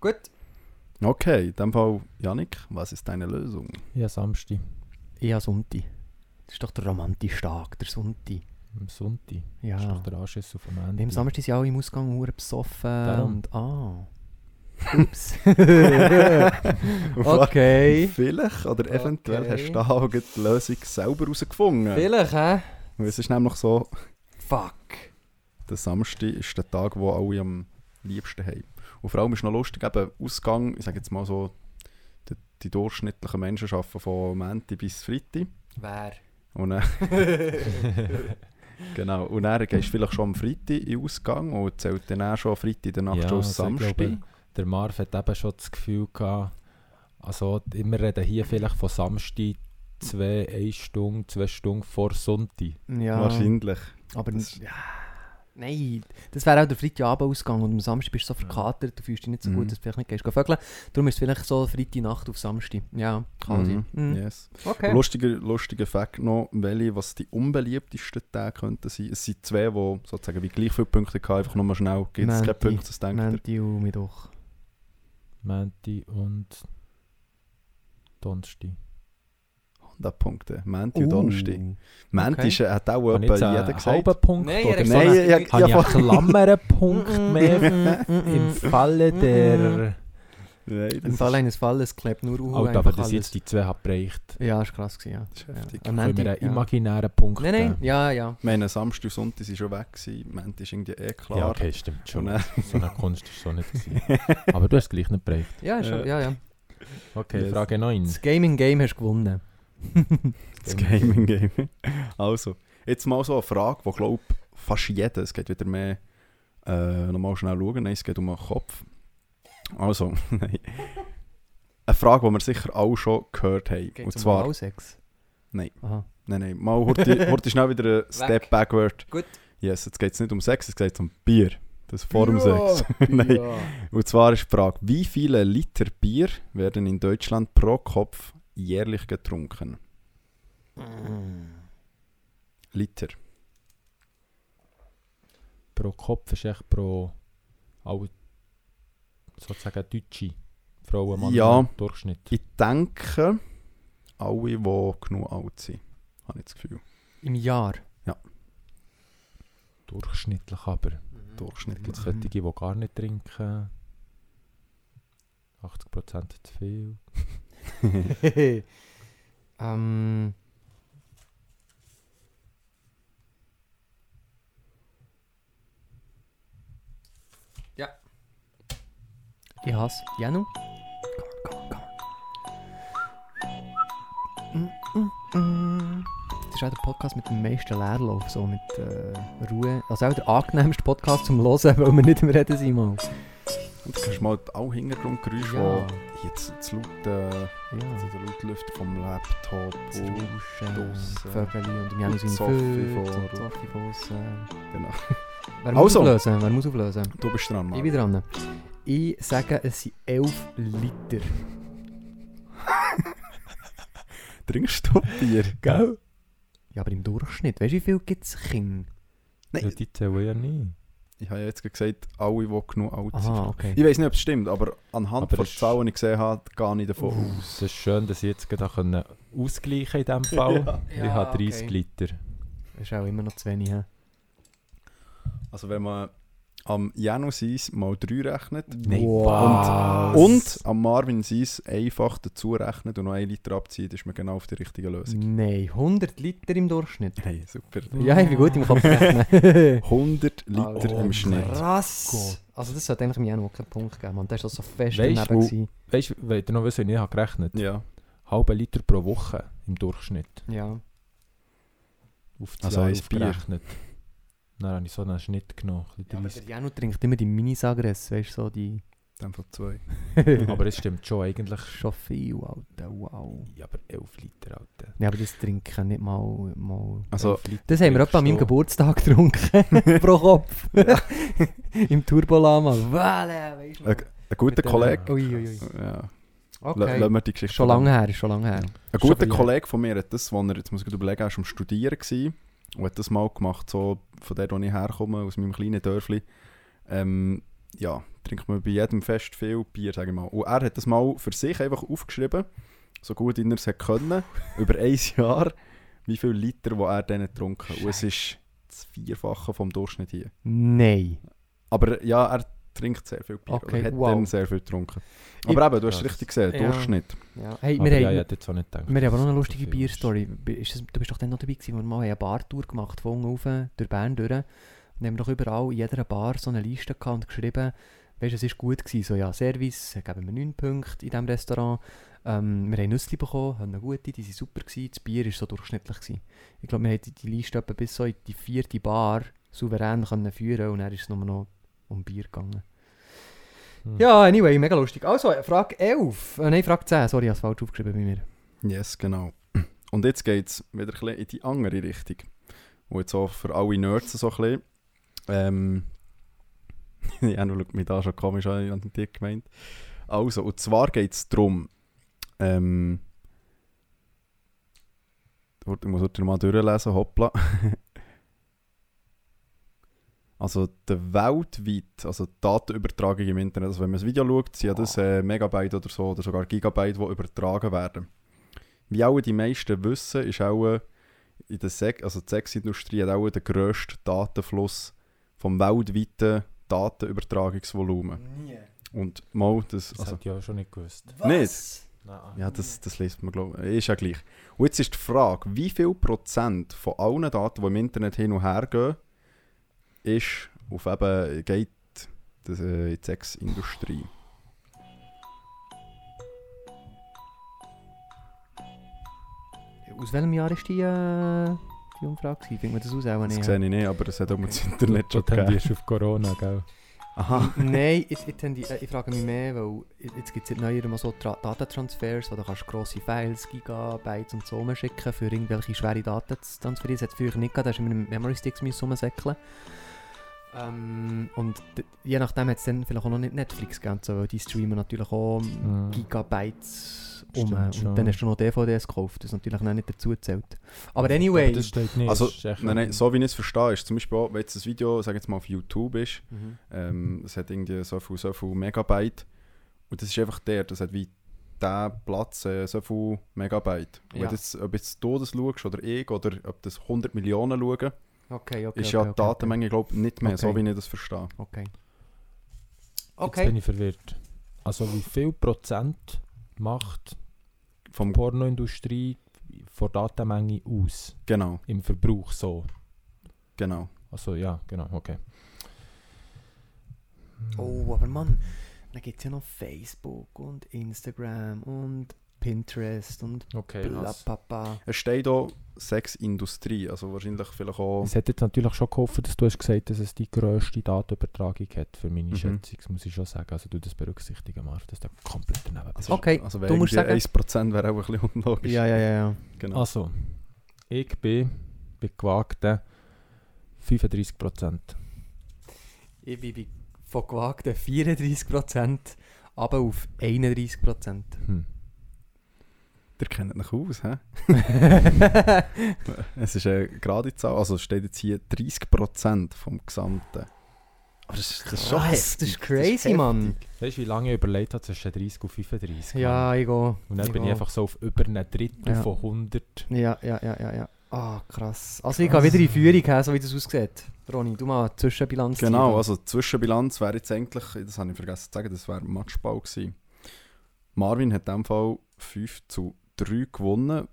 Speaker 3: Gut.
Speaker 4: Okay, in dem Fall, Janik, was ist deine Lösung?
Speaker 2: Ja, Samstag.
Speaker 3: Ja, Sonntag. Das ist doch der romantische Tag, der Sonntag.
Speaker 2: Am Sonntag. Ist doch
Speaker 3: Ja.
Speaker 2: der Anschiss auf dem Ende.
Speaker 3: Am Samstag sind ja alle im Ausgang hure besoffen
Speaker 2: Darum.
Speaker 3: und ah. Ups. okay.
Speaker 4: Vielleicht oder eventuell
Speaker 3: Okay.
Speaker 4: hast du da auch gleich die Lösung selber herausgefunden.
Speaker 3: Vielleicht, hä?
Speaker 4: Weil Es ist nämlich so,
Speaker 3: Fuck.
Speaker 4: der Samstag ist der Tag, wo alle am liebsten haben. Und vor allem ist noch lustig, eben Ausgang, ich sage jetzt mal so, die, die durchschnittlichen Menschen arbeiten von Montag bis Freitag.
Speaker 5: Wer?
Speaker 4: Und dann, genau, und dann gehst du vielleicht schon am Freitag in den Ausgang und zählt dann auch schon Freitag in der Nacht
Speaker 2: Ja,
Speaker 4: schon
Speaker 2: also ich
Speaker 4: Samstag.
Speaker 2: glaube, der Marv hat eben schon das Gefühl gehabt, also wir reden hier vielleicht von Samstag, zwei, eine Stunde, zwei Stunden vor Sonntag.
Speaker 3: Ja.
Speaker 4: Wahrscheinlich.
Speaker 3: Aber
Speaker 4: Das-
Speaker 3: ja. Nein, das wäre auch der Freitagabend-Ausgang und am Samstag bist du so verkatert, du fühlst dich nicht so
Speaker 4: Mhm.
Speaker 3: gut, dass du vielleicht nicht gehst vögeln. Darum ist es vielleicht so Freitagnacht auf Samstag. Ja, kann sein. Mhm.
Speaker 4: Yes.
Speaker 3: Okay.
Speaker 4: Lustiger, lustiger Fakt noch, welche was die unbeliebtesten Tage könnten sein. Es sind zwei, die sozusagen wie gleich viele Punkte hatten, einfach nur mal schnell gibt es keine
Speaker 3: Menti.
Speaker 4: Punkte, das denkt ihr.
Speaker 3: Menti und Mittwoch.
Speaker 2: Mänti und Donnerstag.
Speaker 4: Da Punkte.
Speaker 3: Uh.
Speaker 4: Menti und Donnerstag. Menti
Speaker 3: okay.
Speaker 4: ist, äh, hat auch
Speaker 2: Uh, Habe ich
Speaker 4: etwa
Speaker 2: jetzt
Speaker 4: jeder
Speaker 2: einen
Speaker 4: gesagt.
Speaker 2: halben Punkt?
Speaker 5: Nein,
Speaker 2: oder
Speaker 5: er hat
Speaker 2: so
Speaker 4: Nein,
Speaker 5: so
Speaker 2: einen-
Speaker 5: eine-
Speaker 4: ja,
Speaker 2: habe ich
Speaker 4: ja,
Speaker 2: einen kleineren Punkt mehr im Falle der...
Speaker 4: Nein, das
Speaker 3: Im
Speaker 4: ist-
Speaker 3: Fall eines Falles klebt nur Uhr
Speaker 2: Alter,
Speaker 3: Oh, einfach
Speaker 2: aber das
Speaker 3: alles.
Speaker 2: jetzt die zwei hat gereicht.
Speaker 3: Ja, ist krass gewesen, ja.
Speaker 4: das ist heftig.
Speaker 3: ja. Am
Speaker 2: Können
Speaker 3: Menti,
Speaker 2: wir einen
Speaker 3: ja.
Speaker 2: imaginären Punkt
Speaker 3: Nein, nein,
Speaker 2: geben?
Speaker 3: ja, ja.
Speaker 4: Ich meine, Samstag und Sonntag sind schon weg gewesen. Menti ist irgendwie eh klar.
Speaker 2: Ja, okay, stimmt
Speaker 4: Und
Speaker 2: schon.
Speaker 4: dann-
Speaker 2: So eine Kunst ist so nicht gewesen. Aber du hast gleich nicht gereicht.
Speaker 3: Ja, ist
Speaker 4: Äh,
Speaker 3: schon, ja, ja.
Speaker 2: Okay,
Speaker 4: Yes.
Speaker 2: Frage 9.
Speaker 3: Das Gaming-Game hast du gewonnen.
Speaker 4: Das Gaming Game. Also, jetzt mal so eine Frage, die glaube fast jeder, es geht wieder mehr, äh, nochmal schnell schauen, nein, es geht um den Kopf. Also, nein. Eine Frage, die wir sicher alle schon gehört haben.
Speaker 3: Geht's
Speaker 4: und
Speaker 3: um
Speaker 4: zwar,
Speaker 3: Analsex?
Speaker 4: Nein.
Speaker 3: Aha.
Speaker 4: nein, nein, mal heute, heute schnell wieder ein Step backward.
Speaker 5: Gut.
Speaker 4: Yes, jetzt geht es nicht um Sex, es geht um Bier. Das vor dem Sex. nein.
Speaker 5: Ja.
Speaker 4: Und zwar ist die Frage, wie viele Liter Bier werden in Deutschland pro Kopf jährlich getrunken? Liter.
Speaker 2: pro Kopf ist echt pro alle sozusagen deutsche Frauen, Männer,
Speaker 4: Ja.
Speaker 2: Durchschnitt.
Speaker 4: Ich denke, alle, die genug alt sind, habe ich das Gefühl.
Speaker 3: Im Jahr.
Speaker 2: Durchschnittlich aber. Gibt
Speaker 4: Durchschnittlich.
Speaker 2: es solche, die gar nicht trinken? 80% zu viel.
Speaker 3: ähm. Ja. Ich hasse Janu. Come on, come on, come on. Mm, mm, mm. Das ist auch der Podcast mit dem meisten Leerlauf, so mit äh, Ruhe. Also auch der angenehmste Podcast zum Hören, weil wir nicht mehr reden sind. Mal.
Speaker 4: Und du kannst mal auch Hintergrundgeräusche,
Speaker 3: Ja.
Speaker 4: die jetzt das laute,
Speaker 3: Ja.
Speaker 4: also der laute Lüfter vom Laptop
Speaker 3: Das
Speaker 4: und
Speaker 3: Rauschen,
Speaker 4: draussen.
Speaker 3: die Vögel und im Janus
Speaker 4: Und
Speaker 3: im
Speaker 4: Zoffi
Speaker 3: Feld
Speaker 4: vor-
Speaker 3: und Zoffi von aussen.
Speaker 4: Genau.
Speaker 3: Wer muss
Speaker 4: Also.
Speaker 3: auflösen? Wer muss auflösen?
Speaker 4: Du bist dran,
Speaker 3: Ich
Speaker 4: Mann.
Speaker 3: bin dran. Ich sage, es sind 11 Liter.
Speaker 4: Trinkst du Bier?
Speaker 2: Gell?
Speaker 3: Ja, aber im Durchschnitt, weißt du, wie viel gibt es Kinder?
Speaker 2: Ja, die zählen ja nie.
Speaker 4: Ich habe ja jetzt gesagt, alle, die genug alt sind.
Speaker 3: Aha, okay.
Speaker 4: Ich weiß nicht, ob es stimmt, aber anhand
Speaker 2: Aber
Speaker 4: von
Speaker 2: es-
Speaker 4: Zahlen, die ich gesehen habe, gehe ich davon
Speaker 2: Uh,
Speaker 4: aus.
Speaker 2: Es ist schön, dass ich jetzt gerade auch können ausgleichen in diesem Fall. Ich
Speaker 3: Ja,
Speaker 2: habe 30
Speaker 3: okay.
Speaker 2: Liter.
Speaker 3: Das ist auch immer noch zu wenig. hä?
Speaker 4: Also wenn man am Janu Seis mal 3 rechnet
Speaker 2: Nein.
Speaker 5: Wow.
Speaker 4: und am Marvin Seis einfach dazu rechnet und noch 1 Liter abzieht, ist man genau auf der richtigen Lösung.
Speaker 3: Nein, 100 Liter im Durchschnitt.
Speaker 4: Hey, super.
Speaker 3: Ja, ich bin gut im Kopf rechnen.
Speaker 4: 100 Liter
Speaker 3: Oh,
Speaker 4: im Schnitt.
Speaker 3: Krass! Also das sollte eigentlich im Januar keinen Punkt geben, man. Das war so fest
Speaker 2: Weisst
Speaker 3: daneben.
Speaker 2: du-
Speaker 3: gewesen.
Speaker 2: Weißt du, wollt ihr noch wissen, wie ich habe gerechnet habe?
Speaker 4: Ja,
Speaker 2: Halben Liter pro Woche im Durchschnitt
Speaker 3: Ja.
Speaker 2: auf das
Speaker 4: Also
Speaker 2: Jahr
Speaker 4: ein Bier.
Speaker 2: aufgerechnet. Dann habe ich so einen Schnitt genommen. ein
Speaker 3: ja
Speaker 2: bisschen
Speaker 3: aber der Janu trinkt immer die Minisagress, weißt du, so die...
Speaker 4: dann von zwei.
Speaker 2: dreissig. aber es stimmt schon eigentlich.
Speaker 3: Schon viel, Alter, wow.
Speaker 2: Ja, aber 11 Liter, Alter.
Speaker 3: Ja, aber das trinken nicht mal... mal
Speaker 4: Also,
Speaker 3: das haben wir etwa an meinem
Speaker 2: Geburtstag.
Speaker 3: Geburtstag getrunken, pro Kopf. Im Turbolama. Wale, weißt du.
Speaker 4: ein, ein guter
Speaker 2: Mit dem-
Speaker 4: Kollege.
Speaker 3: Uiuiui.
Speaker 4: Ja. Okay.
Speaker 3: Okay.
Speaker 4: Lassen wir die Geschichte
Speaker 3: Schon lange her, ist schon lange her.
Speaker 4: Ein
Speaker 3: Schon
Speaker 4: guter
Speaker 3: verliehen.
Speaker 4: Kollege von mir hat das, was er, jetzt muss ich gut überlegen, ist am Studieren gewesen und hat das mal gemacht, so von der, wo ich herkomme, aus meinem kleinen Dörfli. Ähm, ja, trinkt man bei jedem Fest viel Bier, sage ich mal. Und er hat das mal für sich einfach aufgeschrieben, so gut wie er es hat können, über ein Jahr, wie viele Liter, wo er dann getrunken hat. Und es ist das Vierfache vom Durchschnitt hier.
Speaker 3: Nein.
Speaker 4: Aber ja, er trinkt sehr viel Bier,
Speaker 3: Okay,
Speaker 4: oder hat
Speaker 3: wow.
Speaker 4: dann sehr viel getrunken. Aber eben, du hast es richtig gesehen,
Speaker 3: Ja.
Speaker 4: Durchschnitt.
Speaker 3: Ja. Hey,
Speaker 2: Aber
Speaker 3: wir
Speaker 2: ja,
Speaker 3: haben...
Speaker 2: ich hätte jetzt auch nicht gedacht.
Speaker 3: Wir haben aber noch eine
Speaker 2: dass so
Speaker 3: lustige
Speaker 2: viel ist.
Speaker 3: Bierstory. Bi- Ist das, du bist doch dann noch dabei, gewesen, als wir mal eine Bartour gemacht haben, von unten rauf, durch Bern durch. Und dann haben wir doch überall in jeder Bar so eine Liste gehabt und geschrieben, weißt du, es war gut. Gewesen. So, ja, Service, äh, geben wir 9 Punkte in diesem Restaurant. Ähm, wir haben Nüsse bekommen, haben eine gute, die waren super. Gewesen. Das Bier war so durchschnittlich. Gewesen. Ich glaube, wir haben die- die Liste etwa bis so in die vierte Bar souverän können führen und dann ist es nur noch um Bier gegangen.
Speaker 2: Hm.
Speaker 3: Ja, anyway, mega lustig. Also, Frage 11. Äh, nein, Frage 10. Sorry, ich habe es falsch aufgeschrieben bei mir.
Speaker 4: Yes, genau. Und jetzt geht es wieder ein bisschen in die andere Richtung. Und jetzt auch für alle Nerds so ein bisschen. Ähm, ja, du schaut mich da schon komisch an, ich habe den Tick gemeint. Also, und zwar geht es darum, ähm, Warte, ich muss heute mal durchlesen, hoppla. also der weltweit, also die Datenübertragung im Internet, also wenn man ein Video schaut, sind ja das äh, Megabyte oder so, oder sogar Gigabyte, die übertragen werden. Wie auch die meisten wissen, ist auch äh, in der Sek also die Sexindustrie hat auch den grössten Datenfluss vom weltweiten Datenübertragungsvolumen. Und mal, das,
Speaker 2: Das
Speaker 4: also,
Speaker 2: hätte ich auch schon nicht gewusst.
Speaker 4: Nicht?
Speaker 2: Nein.
Speaker 4: ja, das, das liest man, glaube ich. Ist ja gleich. Und jetzt ist die Frage, wie viel Prozent von allen Daten, die im Internet hin und her gehen, ist auf eben, geht das, äh, in die Sexindustrie?
Speaker 3: Aus welchem Jahr war die, äh, die Umfrage? gewesen? Findet man das aus? Auch
Speaker 4: Das
Speaker 3: nicht.
Speaker 4: sehe ich nicht, aber es hat auch mal das Internet schon
Speaker 2: Du
Speaker 4: gegeben.
Speaker 2: tendierst auf Corona, gell?
Speaker 4: Aha.
Speaker 3: Nein, ich, ich, tendiere- äh, ich frage mich mehr, weil i- jetzt gibt es seit neuerem auch so Tra Datentransfers, wo du kannst grosse Files, Gigabytes und so rumschicken, für irgendwelche schwere Daten zu transferieren. Das hat es früher nicht gehabt, da hast du immer mit Memory-Sticks müssen rumsäckeln. Ähm, und d- je nachdem hat es dann vielleicht auch noch nicht Netflix gegeben, und so, weil die streamen natürlich auch
Speaker 2: Hm.
Speaker 3: Gigabytes um.
Speaker 2: Stimmt schon.
Speaker 3: Und dann hast du noch DVDs gekauft, das natürlich noch nicht dazu gezählt. Aber anyway...
Speaker 2: Aber das steht nicht.
Speaker 4: Also,
Speaker 2: das ist echt-
Speaker 4: Nein, nein, so wie ich es verstehe, ist zum Beispiel auch, wenn jetzt ein Video, sag jetzt mal, auf YouTube ist,
Speaker 3: Mhm.
Speaker 4: Ähm, es hat irgendwie so viel, so viel Megabyte. Und das ist einfach der, das hat wie der Platz äh, so viel Megabyte. Und
Speaker 3: Ja.
Speaker 4: jetzt, ob jetzt du das schaust oder ich oder ob das 100 Millionen schauen,
Speaker 3: Okay, okay,
Speaker 4: ist
Speaker 3: okay,
Speaker 4: ja
Speaker 3: okay,
Speaker 4: die Datenmenge, glaube ich, nicht mehr, so
Speaker 3: Okay.
Speaker 4: wie ich das verstehe.
Speaker 3: Okay.
Speaker 2: Jetzt bin ich verwirrt. Also, wie viel Prozent macht die
Speaker 4: Vom,
Speaker 2: Pornoindustrie von Datenmenge aus?
Speaker 4: genau,
Speaker 2: Im Verbrauch so?
Speaker 4: genau.
Speaker 2: Also, ja, genau, okay.
Speaker 3: Oh, aber Mann, dann gibt es ja noch Facebook und Instagram und Pinterest und
Speaker 2: Okay.
Speaker 3: bla
Speaker 2: also-
Speaker 3: papa.
Speaker 4: Es steht auch Sexindustrie, also wahrscheinlich vielleicht auch...
Speaker 2: Es hätte jetzt natürlich schon gehofft, dass du hast gesagt dass es die grösste Datenübertragung hat für meine
Speaker 4: Mhm.
Speaker 2: Schätzung, das muss ich schon sagen. Also, du das berücksichtigen, Marv, dass du komplett daneben bist.
Speaker 4: Also,
Speaker 3: Okay,
Speaker 4: also
Speaker 3: du musst sagen-
Speaker 4: 1% wäre auch ein bisschen unlogisch.
Speaker 3: ja, ja.
Speaker 4: Genau.
Speaker 2: Also, ich bin bei gewagten 35 Prozent.
Speaker 3: Ich bin bei von gewagten 34% aber auf 31%.
Speaker 2: Hm.
Speaker 4: Ihr kennt euch aus, hä? Es ist eine gerade Zahl, also es steht jetzt hier 30% vom Gesamten. Aber das ist, das ist schon
Speaker 3: Krass,
Speaker 4: heftig.
Speaker 3: das ist crazy,
Speaker 4: heftig.
Speaker 3: Mann.
Speaker 2: Weißt du, wie lange ich überlegt habe zwischen 30 und 35? Mann?
Speaker 3: Ja, ich gehe.
Speaker 2: Und dann bin ich einfach so auf über einen Drittel
Speaker 3: Ja.
Speaker 2: von 100.
Speaker 3: Ja, ja, ja, ja, ja. Ah, krass. Also ich gehe wieder in Führung, hä, so wie das aussieht. Ronny, du mal eine Zwischenbilanz ziehen.
Speaker 4: Genau, also die Zwischenbilanz wäre jetzt eigentlich, das habe ich vergessen zu sagen, das wäre ein Matchball gewesen. Marvin hat in dem Fall 5 zu 3 gewonnen.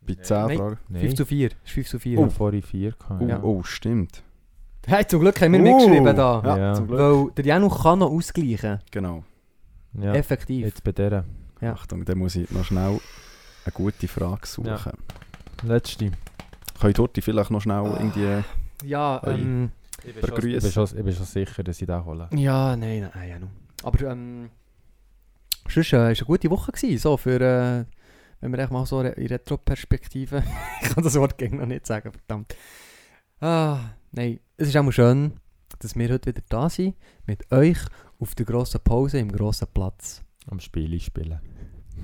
Speaker 4: Bei 10
Speaker 3: Nein.
Speaker 4: Fragen.
Speaker 3: 5 zu 4. Ist 5 zu 4.
Speaker 2: Oh, vorhin 4 gehabt.
Speaker 4: Oh,
Speaker 2: ja.
Speaker 4: oh, stimmt.
Speaker 3: Hey, zum Glück haben wir
Speaker 4: Oh.
Speaker 3: nicht geschrieben da.
Speaker 4: Ja,
Speaker 2: Ja.
Speaker 4: zum Glück.
Speaker 3: Weil der Janu kann noch ausgleichen.
Speaker 4: Genau.
Speaker 3: Äh,
Speaker 2: Ja.
Speaker 3: Effektiv.
Speaker 2: Jetzt bei dieser.
Speaker 3: Ja.
Speaker 4: Achtung, dann muss ich noch schnell eine gute Frage suchen.
Speaker 2: Ja. Letzte.
Speaker 4: Könnt ihr vielleicht noch schnell irgendwie...
Speaker 3: Ja, ähm...
Speaker 2: Ich
Speaker 4: schon-
Speaker 2: bin, schon, ich bin schon sicher, dass ich den hole.
Speaker 3: Ja, nein, nein, nein, Janu. Aber ähm... Sonst war äh, ist eine gute Woche gewesen, so für... Äh, wenn wir echt mal so re in Retro-Perspektive... ich kann das Wort gegen noch nicht sagen, verdammt. Ah, nein. Es ist auch mal schön, dass wir heute wieder da sind. Mit euch auf der grossen Pause im grossen Platz.
Speaker 2: Am Spiel spielen.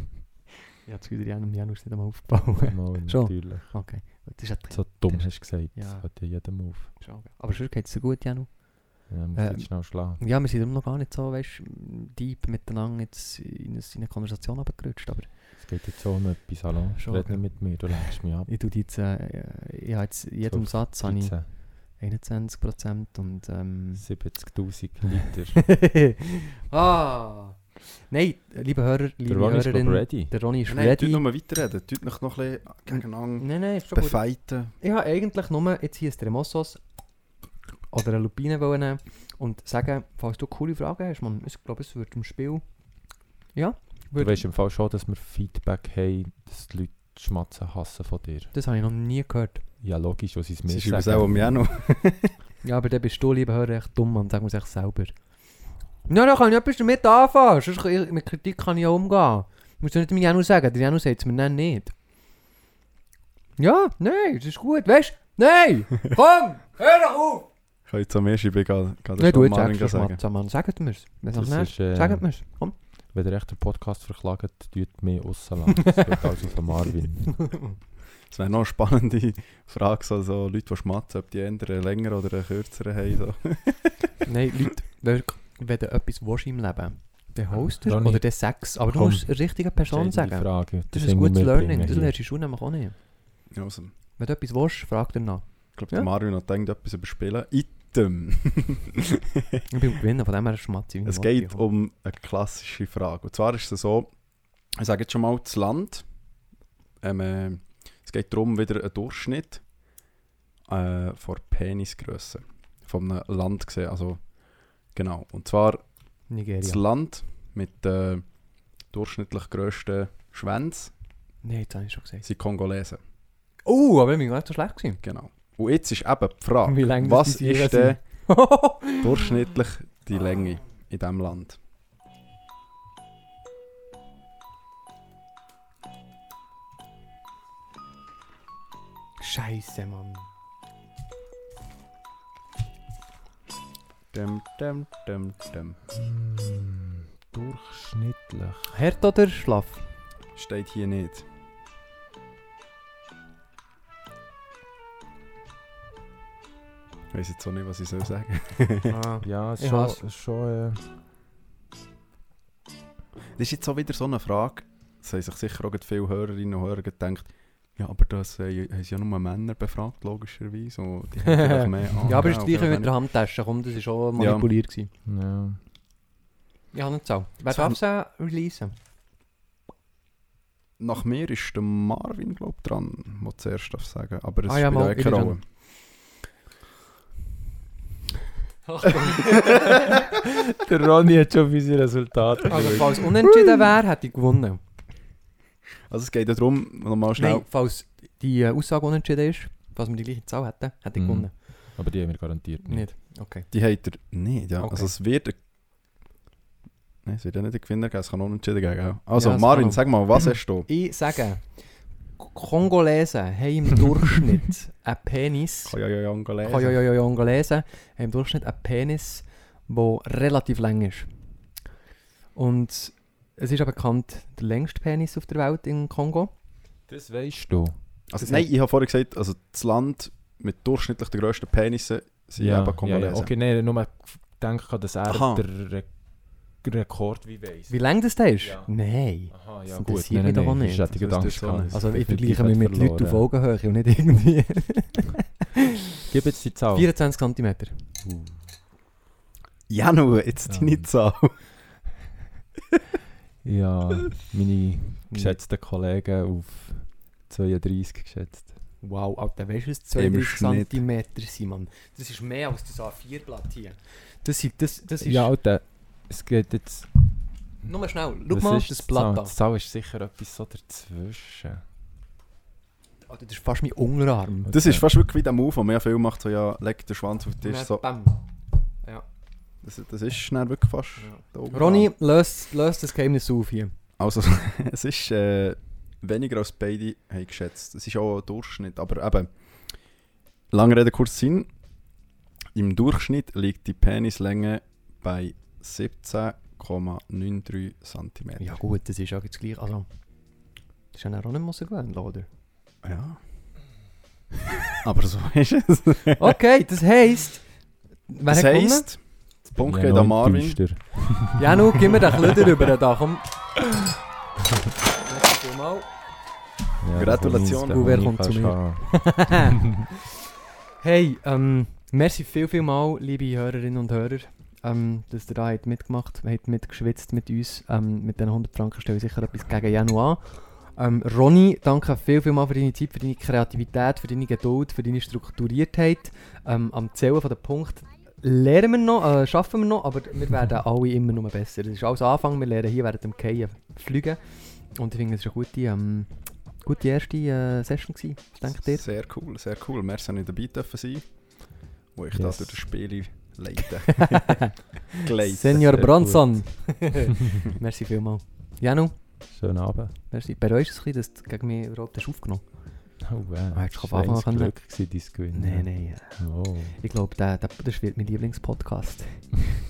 Speaker 3: Ich habe das Gefühl, der Janu, Janu ist nicht einmal aufgebaut.
Speaker 2: Mal
Speaker 3: Schon.
Speaker 2: natürlich.
Speaker 3: okay, gut, das ist ja
Speaker 2: So dumm hast du gesagt.
Speaker 3: Ja.
Speaker 2: Das hat ja jeder Move.
Speaker 3: Schon, gell. Aber sonst geht es dir gut, Janu.
Speaker 2: Ja, muss
Speaker 3: Ähm.
Speaker 2: jetzt schnell schlagen.
Speaker 3: Ja, wir sind immer noch gar nicht so, weißt deep miteinander jetzt in, eine- in eine Konversation abgerutscht. Aber
Speaker 2: Es geht jetzt so um etwas. Hallo.
Speaker 3: Schon,
Speaker 2: Red
Speaker 3: ja.
Speaker 2: nicht mit mir, du lenkst mich ab.
Speaker 3: ich tue jetzt, äh, ich habe jetzt in jedem
Speaker 2: So,
Speaker 3: Satz habe ich
Speaker 2: 13,
Speaker 3: 21% und ähm,
Speaker 2: 70.000 Liter.
Speaker 3: ah! Nein, liebe Hörer, liebe
Speaker 2: Der Ron ist glaub,
Speaker 3: Hörerin,
Speaker 2: ready.
Speaker 3: der Ronny ist
Speaker 4: Nein, tut
Speaker 3: ready.
Speaker 4: noch mal weiterreden. Tut noch, noch ein bisschen gegeneinander
Speaker 3: Nein, nein, ist schon gut.
Speaker 4: befeiten.
Speaker 3: Ich habe eigentlich nur jetzt hier ein Tremossos oder eine Lupine wollen nehmen und sagen, falls du coole Fragen hast, man, ich glaube, es wird im Spiel, ja,
Speaker 2: Du
Speaker 3: würde
Speaker 2: weißt im Fall schon, dass wir Feedback haben, dass die Leute Schmatzen hassen von dir.
Speaker 3: Das habe ich noch nie gehört.
Speaker 2: Ja, logisch, was ist
Speaker 4: Sie
Speaker 2: mir
Speaker 4: schreiben es auch um Janu.
Speaker 3: Ja, aber dann bist du, lieber Hörer, echt dumm und sagen wir es echt selber. Ja, da kann ich etwas damit anfangen. Sonst kann ich, mit Kritik kann ich ja umgehen. Musst du nicht dem Janu sagen, der Janu sagt es mir dann nicht. Ja, nein, das ist gut, weißt du? Nein! Komm, hör doch auf!
Speaker 4: Ich kann jetzt um am ersten Blick gerade
Speaker 3: Nein, du
Speaker 4: schon
Speaker 3: jetzt
Speaker 4: Marvin
Speaker 3: sagst es,
Speaker 4: sagen.
Speaker 3: Matze, Mann. Sagt mir's. Wenn
Speaker 2: Das
Speaker 3: es nicht,
Speaker 2: ist, äh,
Speaker 3: sagt mir's. Komm.
Speaker 2: Wenn ihr echt den Podcast verklagt, tut mehr rauslassen. Das geht also von Marvin.
Speaker 4: Es wäre noch eine spannende Frage, so, so Leute, die schmatzen, ob die ändern länger oder einen kürzeren haben. So.
Speaker 3: Nein, Leute, wirklich, wenn du etwas willst im Leben, der Hoster
Speaker 2: Ronny,
Speaker 3: oder der Sex, aber du
Speaker 2: komm.
Speaker 3: musst eine richtige Person
Speaker 2: Entscheidende
Speaker 3: sagen.
Speaker 2: Frage.
Speaker 3: Das
Speaker 2: Die
Speaker 3: ist ein
Speaker 2: Single
Speaker 3: gutes
Speaker 2: mitbringen
Speaker 3: Learning, das
Speaker 2: hier.
Speaker 3: lernst du in der Schule nämlich auch nicht.
Speaker 4: Ja, also,
Speaker 3: Wenn du etwas willst, frag danach.
Speaker 4: ich glaube,
Speaker 3: Ja.
Speaker 4: der Mario hat denkt, etwas überspielen. Item.
Speaker 3: Ich bin Gewinner, von dem her schmatze ich
Speaker 4: Es geht um eine klassische Frage. Und zwar ist es so, ich sage jetzt schon mal das Land. Ähm, äh, es geht darum, wieder einen Durchschnitt äh, von Penisgröße. Von einem Land gesehen. Also, genau. Und zwar um das
Speaker 3: Nigeria.
Speaker 4: Land mit den durchschnittlich grössten Schwänzen
Speaker 3: Nein, das habe ich schon gesagt.
Speaker 4: sind Kongolesen.
Speaker 3: Oh, aber ich bin gar nicht so schlecht gewesen.
Speaker 4: Genau. Und jetzt ist eben die Frage,
Speaker 3: Wie lang das
Speaker 4: Ah, was
Speaker 3: die Tiere
Speaker 4: ist denn durchschnittlich die Länge in diesem Land?
Speaker 3: Scheiße, Mann.
Speaker 4: Dum, dum, dum, dum.
Speaker 2: Mm, Durchschnittlich.
Speaker 3: Herd oder Schlaf?
Speaker 4: Steht hier nicht. Ich weiß jetzt auch nicht, was ich soll sagen
Speaker 3: ah.
Speaker 2: Ja, es
Speaker 3: Ich
Speaker 2: ist schon.
Speaker 3: hasse-
Speaker 2: es ist schon äh,
Speaker 4: Das ist jetzt auch wieder so eine Frage, das haben sich sicher auch gerade viele Hörerinnen und Hörer gedacht, ja, aber das äh, haben sie ja nur Männer befragt, logischerweise. Und die haben vielleicht mehr Ahnung,
Speaker 3: Ja, aber es ist das gleiche
Speaker 4: vielleicht
Speaker 3: mit der Handtasche. Komm, das war schon
Speaker 4: genau, Ja.
Speaker 3: manipuliert. gewesen.
Speaker 2: ja.
Speaker 3: Ich habe nicht so. Wer
Speaker 4: So-
Speaker 3: darf es äh, releasen?
Speaker 4: Nach mir ist der Marvin, glaube ich, dran, der zuerst darf sagen. Aber es
Speaker 3: Ah ja,
Speaker 4: spielt
Speaker 3: mal,
Speaker 4: auch keine
Speaker 3: ich bin
Speaker 4: Rolle.
Speaker 2: Der Ronny hat schon unsere Resultate.
Speaker 3: Also, falls unentschieden wäre, hätte ich gewonnen.
Speaker 4: Also es geht ja darum, nochmal schnell...
Speaker 3: Nein, falls die äh, Aussage unentschieden ist, falls wir die gleiche Zahl hätten, hätte ich
Speaker 2: Mhm.
Speaker 3: gewonnen.
Speaker 2: Aber die haben wir garantiert nicht.
Speaker 3: Nicht. Okay.
Speaker 4: Die hat er nicht, ja.
Speaker 3: Okay.
Speaker 4: Also es wird... Nein, es wird ja nicht ein Gewinner geben, es kann auch unentschieden geben. gell? Also
Speaker 3: Ja, es kann
Speaker 4: Marvin,
Speaker 3: auch.
Speaker 4: sag mal, was hast du?
Speaker 3: Ich sage, K- Kongolesen haben im Durchschnitt einen Penis.
Speaker 4: Kajajajango lesen.
Speaker 3: Kongolesen haben im Durchschnitt einen Penis, der relativ lang ist. Und es ist aber bekannt, der längste Penis auf der Welt in Kongo.
Speaker 2: Das weißt du.
Speaker 4: Also, nein, ich habe vorhin gesagt, also das Land mit durchschnittlich den grössten Penissen sind eben Kongolesen.
Speaker 2: Okay, nein, nur gedacht, dass er
Speaker 4: Aha.
Speaker 2: der Rekord wie weiss.
Speaker 3: Wie lange das da ist?
Speaker 2: Ja.
Speaker 3: Nein.
Speaker 2: Aha,
Speaker 3: Das
Speaker 2: ja gut.
Speaker 3: interessiert mich doch auch nicht.
Speaker 2: Ich hätte
Speaker 4: Also, das
Speaker 2: Angst
Speaker 4: ist so
Speaker 2: gehabt.
Speaker 3: Also ich
Speaker 2: Definitiv
Speaker 3: vergleiche mich
Speaker 2: hat
Speaker 3: mit Leuten auf
Speaker 2: verloren.
Speaker 3: Augenhöhe und nicht irgendwie...
Speaker 2: Gib jetzt die Zahl.
Speaker 3: 24 cm.
Speaker 4: Janu, jetzt
Speaker 2: Ja.
Speaker 4: deine Zahl.
Speaker 2: Ja, meine geschätzten Kollegen auf 32 geschätzt.
Speaker 3: Wow, Alter, weißt du, was
Speaker 4: Im
Speaker 3: 32
Speaker 4: Schnitt.
Speaker 3: cm sind, Mann? Das ist mehr als das A4-Blatt hier. Das, sind- das, das ist...
Speaker 2: Ja, Alter, es geht jetzt...
Speaker 3: Nur schnell, schau
Speaker 2: was
Speaker 3: mal
Speaker 2: ist
Speaker 3: das
Speaker 2: die
Speaker 3: Blatt
Speaker 2: Zahl?
Speaker 3: an.
Speaker 2: Die Zahl ist sicher etwas so dazwischen.
Speaker 3: Alter, das ist fast mein Unterarm.
Speaker 4: Das ist fast wirklich wie der Move, den man ja viel macht, so ja, leg den Schwanz auf den Tisch. So.
Speaker 3: Bam.
Speaker 4: Das, das ist schnell wirklich fast
Speaker 3: Ja.
Speaker 4: da oben.
Speaker 3: Ronny, löst, löst das Geheimnis auf hier.
Speaker 4: Also, es ist äh, weniger als beide haben geschätzt. Es ist auch ein Durchschnitt, aber eben, lange Rede, kurz Sinn. Im Durchschnitt liegt die Penislänge bei 17,93 cm.
Speaker 3: Ja gut, das ist auch jetzt gleich. Also, das ist ja auch nicht mehr so gewöhnlich, oder?
Speaker 4: Ja. aber so ist es.
Speaker 3: Okay, das heisst... Wer
Speaker 4: das
Speaker 3: hat gewonnen?
Speaker 4: heisst, der Punkt geht an Marvin.
Speaker 3: Janu, gib mir den Klöder über den Dach. Komm. Merci vielmals.
Speaker 4: Gratulation.
Speaker 3: Und wer kommt zu mir? hey, ähm, merci viel, viel mal, liebe Hörerinnen und Hörer, ähm, dass ihr da habt mitgemacht habt, mitgeschwitzt mit uns. Ähm, mit den 100 Franken stellen wir sicher etwas gegen Januar. Ähm, Ronny, danke viel, viel mal für deine Zeit, für deine Kreativität, für deine Geduld, für deine Strukturiertheit. Ähm, am Zählen der Punkte lernen wir noch, äh, schaffen wir noch, aber wir werden alle immer nur besser. Das ist alles Anfang, wir lernen hier während dem Keien fliegen. Und ich finde, es war eine gute, ähm, gute erste äh, Session, gewesen, denkt ihr?
Speaker 4: Sehr cool, sehr cool. Merci, dass ich dabei dürfen sein wo ich
Speaker 2: Yes.
Speaker 4: da durch das Spiel leite. Gleite.
Speaker 3: Senior
Speaker 2: Sehr
Speaker 3: Bronson. merci vielmals. Janu,
Speaker 2: Schönen Abend.
Speaker 3: merci. Bereust du es ein bisschen, dass du gegen mich überhaupt hast aufgenommen
Speaker 2: Oh, wow.
Speaker 3: Ah, hättest du
Speaker 2: Das
Speaker 3: von Anfang
Speaker 2: war
Speaker 3: an
Speaker 2: ein
Speaker 3: können.
Speaker 2: Glück, gewesen, dein Gewinn.
Speaker 3: Nein, nein. äh,
Speaker 2: Oh.
Speaker 3: Ich glaube, der, der, das wird mein Lieblingspodcast.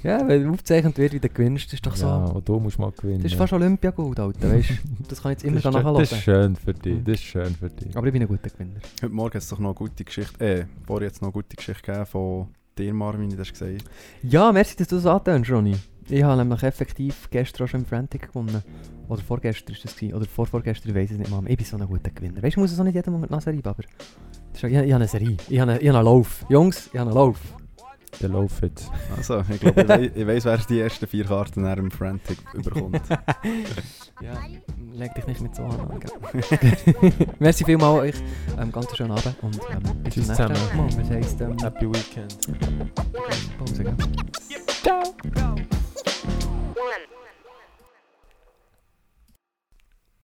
Speaker 3: ja, wenn aufgezeichnet wird, wie du gewinnst, ist doch so.
Speaker 2: Ja, und du musst mal gewinnen.
Speaker 3: Das ist fast Olympiagold, Alter, weißt du? Das kann ich jetzt immer
Speaker 2: Das ist
Speaker 3: danach
Speaker 2: schön- Das ist schön
Speaker 3: hören.
Speaker 2: für dich. Das ist schön für dich.
Speaker 3: Aber ich bin ein guter Gewinner.
Speaker 4: Heute Morgen hat es doch noch eine gute Geschichte, äh, vorher hat es noch eine gute Geschichte gegeben von dir, Marvin, das gesagt.
Speaker 3: Ja, merci, dass du das antönst, Ronny. Ich habe nämlich effektiv gestern auch schon im Frantic gewonnen. Oder vorgestern war das. Gewesen. Oder vorvorgestern, ich weiß es nicht mehr. Ich bin so ein guter Gewinner. Weißt du, ich muss es auch nicht jeden Moment nachsehen, aber... Das ist, ich, ich habe eine Serie. Ich habe einen, ich habe einen Lauf. Jungs, ich habe einen Lauf.
Speaker 2: Der läuft jetzt.
Speaker 4: Also, ich glaube, ich, wei- ich weiss, wer die ersten vier Karten nach dem Frantic überkommt.
Speaker 3: Ja, leg dich nicht mit so an. gell? merci vielmals euch. Ähm, ganz schönen Abend und ähm, bis zum
Speaker 2: Tschüss
Speaker 3: nächsten
Speaker 2: zusammen.
Speaker 3: Mal. Das heisst, ähm,
Speaker 2: Happy Weekend.
Speaker 3: Pause, gell?
Speaker 6: One.